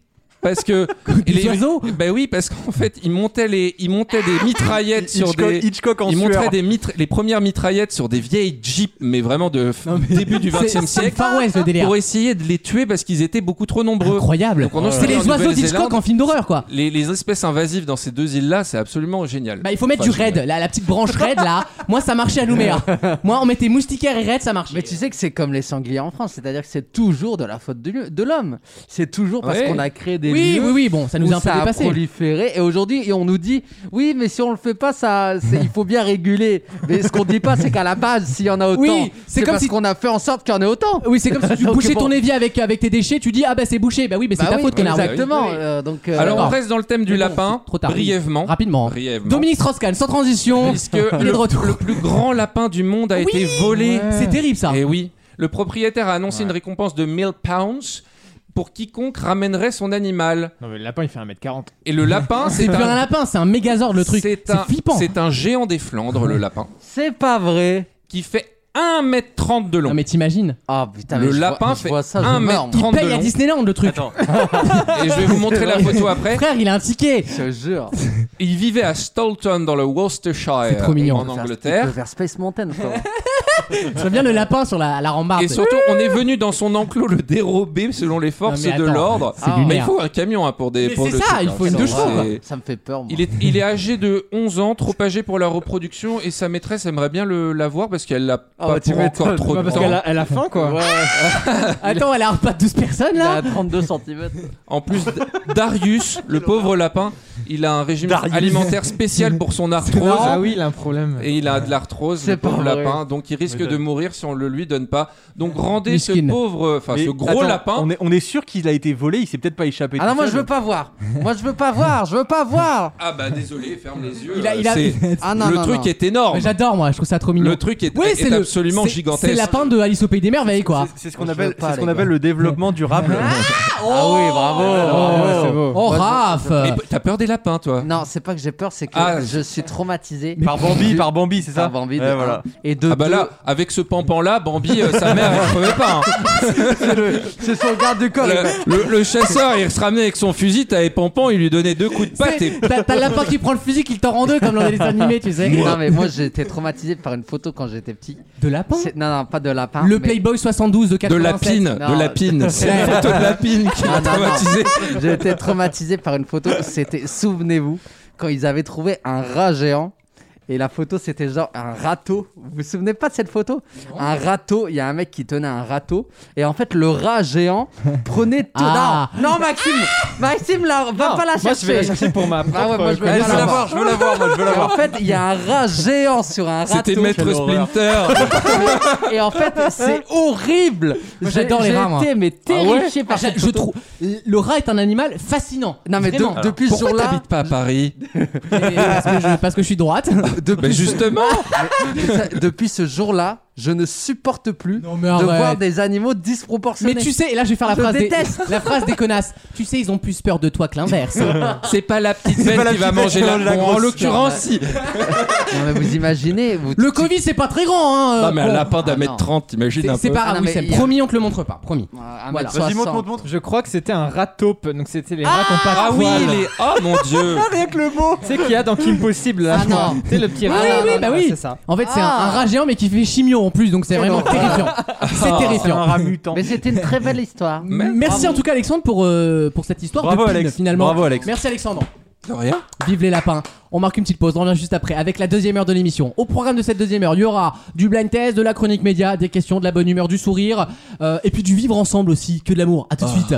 S5: Parce que les
S1: oiseaux
S5: Ben oui, parce qu'en fait, ils montaient les, ils montaient des mitraillettes sur
S4: Hitchcock,
S5: des,
S4: Hitchcock en
S5: ils montraient
S4: sueur.
S5: des mitre- les premières mitraillettes sur des vieilles jeeps, mais vraiment de f-
S1: Non, mais-
S5: début du
S1: C'est-
S5: XXe
S1: C'est le
S5: siècle,
S1: Far West le délire.
S5: pour essayer de les tuer parce qu'ils étaient beaucoup trop nombreux.
S1: Incroyable.
S5: Donc, en
S1: C'est
S5: Australie,
S1: les
S5: en
S1: oiseaux d'Hitchcock
S5: Nouvelle-Zélande,
S1: en film d'horreur quoi.
S5: Les, les espèces invasives dans ces deux îles-là, c'est absolument génial.
S1: Bah il faut mettre
S5: Enfin,
S1: du raid, la, la petite branche raid là. Moi ça marchait à Nouméa. Moi on mettait moustiquaire et raid ça marchait.
S3: Mais tu sais que c'est comme les sangliers en France, c'est-à-dire que c'est toujours de la faute de lieu- de l'homme. C'est toujours parce
S5: Ouais.
S3: qu'on a créé des
S1: oui,
S3: lieux
S1: oui, oui, bon, ça
S3: où
S1: nous a un peu
S3: ça a
S1: dépassé.
S3: proliféré et aujourd'hui et on nous dit oui mais si on le fait pas ça c'est- il faut bien réguler. Mais ce qu'on dit pas c'est qu'à la base s'il y en a autant,
S1: Oui, c'est
S3: c'est
S1: comme
S3: parce
S1: si-
S3: qu'on a fait en sorte qu'il y en ait autant.
S1: Oui, c'est comme si tu
S3: Donc,
S1: bouchais
S3: bon.
S1: ton évier avec, avec tes déchets, tu dis ah bah c'est bouché, bah oui, mais c'est
S3: Bah
S1: ta
S3: oui,
S1: faute connard.
S3: Exactement.
S1: Oui, oui.
S3: euh, donc euh,
S5: Alors on
S1: d'accord.
S5: reste dans le thème du
S1: Ah. Mais bon,
S5: lapin,
S1: c'est trop tard, oui.
S5: brièvement.
S1: Rapidement.
S5: brièvement.
S1: Dominique Strauss-Kahn, sans transition.
S5: puisque
S1: Il est
S5: le,
S1: de retour.
S5: le plus grand lapin du monde a
S1: Oui.
S5: été volé.
S1: C'est terrible ça.
S5: Et oui, le propriétaire a annoncé une récompense de 1000 pounds pour quiconque ramènerait son animal.
S6: Non, mais le lapin il fait 1m40.
S5: Et le lapin, c'est
S1: C'est plus un
S5: un,
S1: lapin, c'est un mégazord le truc.
S5: c'est
S1: C'est
S5: un,
S1: flippant.
S5: c'est un géant des Flandres, le lapin,
S3: c'est pas vrai.
S5: qui fait 1m30 de long.
S1: Non mais t'imagines
S3: Ah putain mais
S5: le
S3: je vois-
S5: lapin
S3: je
S5: fait
S3: vois ça, je meurs,
S5: 1m30
S3: moi.
S1: Il paye
S5: de
S1: à
S5: long.
S1: Disneyland le truc.
S4: Attends,
S5: Et je vais vous montrer la photo après.
S1: Frère, il a un ticket.
S3: Je te jure.
S5: Il vivait à Stolton, dans le Worcestershire,
S1: C'est trop mignon.
S5: en
S3: Faire-
S5: Angleterre.
S3: il peut Faire Space Mountain. frérot.
S1: J'aime bien le lapin sur la, la rambarde.
S5: Et surtout, on est venu dans son enclos le dérober selon les forces
S1: Non, mais
S5: de
S1: attends,
S5: l'ordre.
S1: c'est
S5: Mais il
S1: lunaire.
S5: faut un camion hein, pour des.
S1: Mais
S5: pour
S1: c'est
S5: le
S1: ça,
S5: truc,
S1: il
S5: hein.
S1: faut une deux chevaux,
S5: C'est-
S1: quoi.
S3: Ça me fait peur. Moi.
S5: Il est, il est âgé de 11 ans, trop âgé pour la reproduction, et sa maîtresse aimerait bien le, la voir parce qu'elle l'a
S3: Ah
S5: pas
S3: bah, tu
S5: pour
S3: m'étonnes,
S5: encore trop de
S6: parce
S5: temps.
S6: qu'elle a, elle a faim quoi.
S1: Attends, elle a un pas de 12 personnes
S3: Il
S1: là
S3: a 32 cm.
S5: En plus, D- Darius, le pauvre lapin, il a un régime alimentaire spécial pour son arthrose.
S6: Ah oui, il a un problème.
S5: Et il a de l'arthrose,
S3: C'est
S5: le pauvre
S3: pas vrai.
S5: lapin, donc il risque de mourir si on le lui donne pas. Donc rendez
S1: Miskine.
S5: ce pauvre, enfin
S4: mais
S5: ce gros
S4: attends,
S5: lapin.
S4: On est, on est sûr qu'il a été volé, il s'est peut-être pas échappé.
S3: Ah
S4: tout
S3: non, moi
S4: seul.
S3: je veux pas voir. Moi je veux pas voir. Je veux pas voir.
S5: Ah bah désolé, ferme les yeux.
S1: Il a-
S5: euh,
S1: il a-
S5: c'est-
S3: Ah non,
S5: le
S3: non,
S5: truc
S3: non.
S5: est énorme.
S1: Mais J'adore moi, je trouve ça trop mignon.
S5: Le truc est,
S1: Oui,
S5: est
S1: c'est le-
S5: absolument
S1: c'est-
S5: gigantesque.
S1: C'est le lapin de Alice au pays des merveilles quoi.
S4: C'est ce qu'on
S3: Moi, Ah, je veux
S4: appelle,
S3: pas,
S4: c'est ce qu'on
S3: les
S4: appelle
S3: gars.
S4: le développement durable.
S3: Ah oui, bravo.
S6: Ouais, c'est beau.
S1: Oh
S3: Moi, je-
S5: Mais
S1: Raph
S5: p- t'as peur des lapins, toi
S3: Non, c'est pas que j'ai peur, c'est que
S5: Ah,
S3: je suis traumatisé.
S4: Par Bambi, par Bambi, c'est ça
S3: Par Bambi, de
S4: Ouais,
S3: un.
S4: voilà.
S3: Et de
S5: Ah bah
S3: deux,
S5: là, avec ce pampan-là, Bambi, euh, sa mère, elle crevait pas. hein.
S3: c'est son garde du corps.
S5: Le, le- le chasseur, il se ramenait avec son fusil, t'avais pampan, il lui donnait deux coups de patte et...
S1: C'est- T'as t'as le lapin qui prend le fusil, qui le tord en deux comme dans les dessins animés, tu sais.
S3: Non mais moi j'étais traumatisé par une photo quand j'étais petit.
S1: De lapin
S3: C'est- Non non pas de lapin.
S1: Le
S3: mais-
S1: Playboy 72 de
S5: De
S1: 87.
S5: lapine,
S3: Non.
S5: de lapine. C'est
S1: Ouais.
S5: la photo de lapine qui
S3: Ah,
S5: m'a
S3: non, non.
S5: traumatisé.
S3: J'étais traumatisé par une photo. C'était, souvenez-vous, quand ils avaient trouvé un rat géant. Et la photo, c'était genre un râteau. Vous vous souvenez pas de cette photo Un râteau. Il y a un mec qui tenait un râteau. Et en fait, le rat géant prenait tout.
S1: Ah.
S3: Non, non, Maxime Maxime, là, va pas la
S6: Moi je vais
S3: chercher.
S6: la chercher pour ma propre.
S3: Ah ouais, moi je vais
S4: Elle,
S3: pas
S4: je veux
S3: la
S4: la
S3: voir.
S4: voir, je veux la voir, moi, je veux la
S3: Et en
S4: voir.
S3: fait, il y a un rat géant sur un râteau.
S5: C'était Maître Splinter.
S3: Et en fait, c'est horrible.
S1: Moi, j'adore les rats, moi.
S3: J'étais mais terrifié par
S1: Je,
S3: cette
S1: je
S3: photo.
S1: trouve le rat est un animal fascinant.
S3: Non mais de-
S1: Vraiment.
S3: depuis ce
S5: Pourquoi
S3: jour-là,
S5: t'habites pas à Paris
S1: Et- parce, que je, parce que je suis droite.
S5: Ben justement
S3: Ça, depuis ce jour-là, je ne supporte plus
S1: Non, mais
S3: de
S1: arrête.
S3: voir des animaux
S1: Mais
S3: disproportionnés.
S1: tu sais, et là je vais faire la
S3: Je
S1: phrase des
S3: déteste.
S1: la phrase des connasses. Tu sais, ils ont plus peur de toi que l'inverse.
S5: C'est pas la petite
S4: pas
S5: bête
S4: la
S5: qui va
S4: petite bête
S5: manger
S4: qui
S5: la
S4: mange la
S5: Bon, En
S4: grosse.
S5: l'occurrence, si.
S3: Non, mais vous imaginez vous...
S1: Le Covid, c'est pas très grand. Hein, euh,
S5: Non mais un
S1: bon.
S5: lapin d'un
S3: Ah,
S5: mètre
S3: non.
S5: trente, t'imagines un
S1: C'est- C'est
S5: peu
S1: pas
S3: Ah,
S1: grave,
S3: non, mais
S1: Wissem.
S3: il y a-
S1: promis, on te le montre pas. Promis.
S3: Ah,
S1: Voilà.
S4: Vas-y, monte,
S3: 1m60.
S4: monte, monte.
S6: Je crois que c'était un rat taupe, donc c'était les rats qu'on passe.
S5: Ah oui, les... Oh mon dieu
S6: Tu sais qu'il y a dans Kim Possible là.
S3: Ah non.
S6: Tu sais le petit
S1: Oui,
S6: rat. là,
S1: oui,
S6: là,
S1: bah
S6: là,
S1: oui.
S6: C'est ça.
S1: En fait, c'est un,
S3: Ah.
S1: un rat géant mais qui fait chimio en plus, donc c'est vraiment terrifiant. C'est
S4: Un
S1: terrifiant.
S4: rat mutant.
S3: Mais c'était une très belle histoire.
S1: Merci en tout cas Alexandre pour, euh, pour cette histoire
S4: Bravo,
S1: de pin,
S4: Alex.
S1: finalement.
S4: Bravo, Alex.
S1: Merci Alexandre.
S5: De rien
S1: Vive les lapins. On marque une petite pause, on revient juste après avec la deuxième heure de l'émission. Au programme de cette deuxième heure, il y aura du blind
S4: Ah.
S1: test, de la chronique média, des questions, de la bonne humeur, du sourire, euh, et puis du vivre ensemble aussi, que de l'amour. À tout de suite.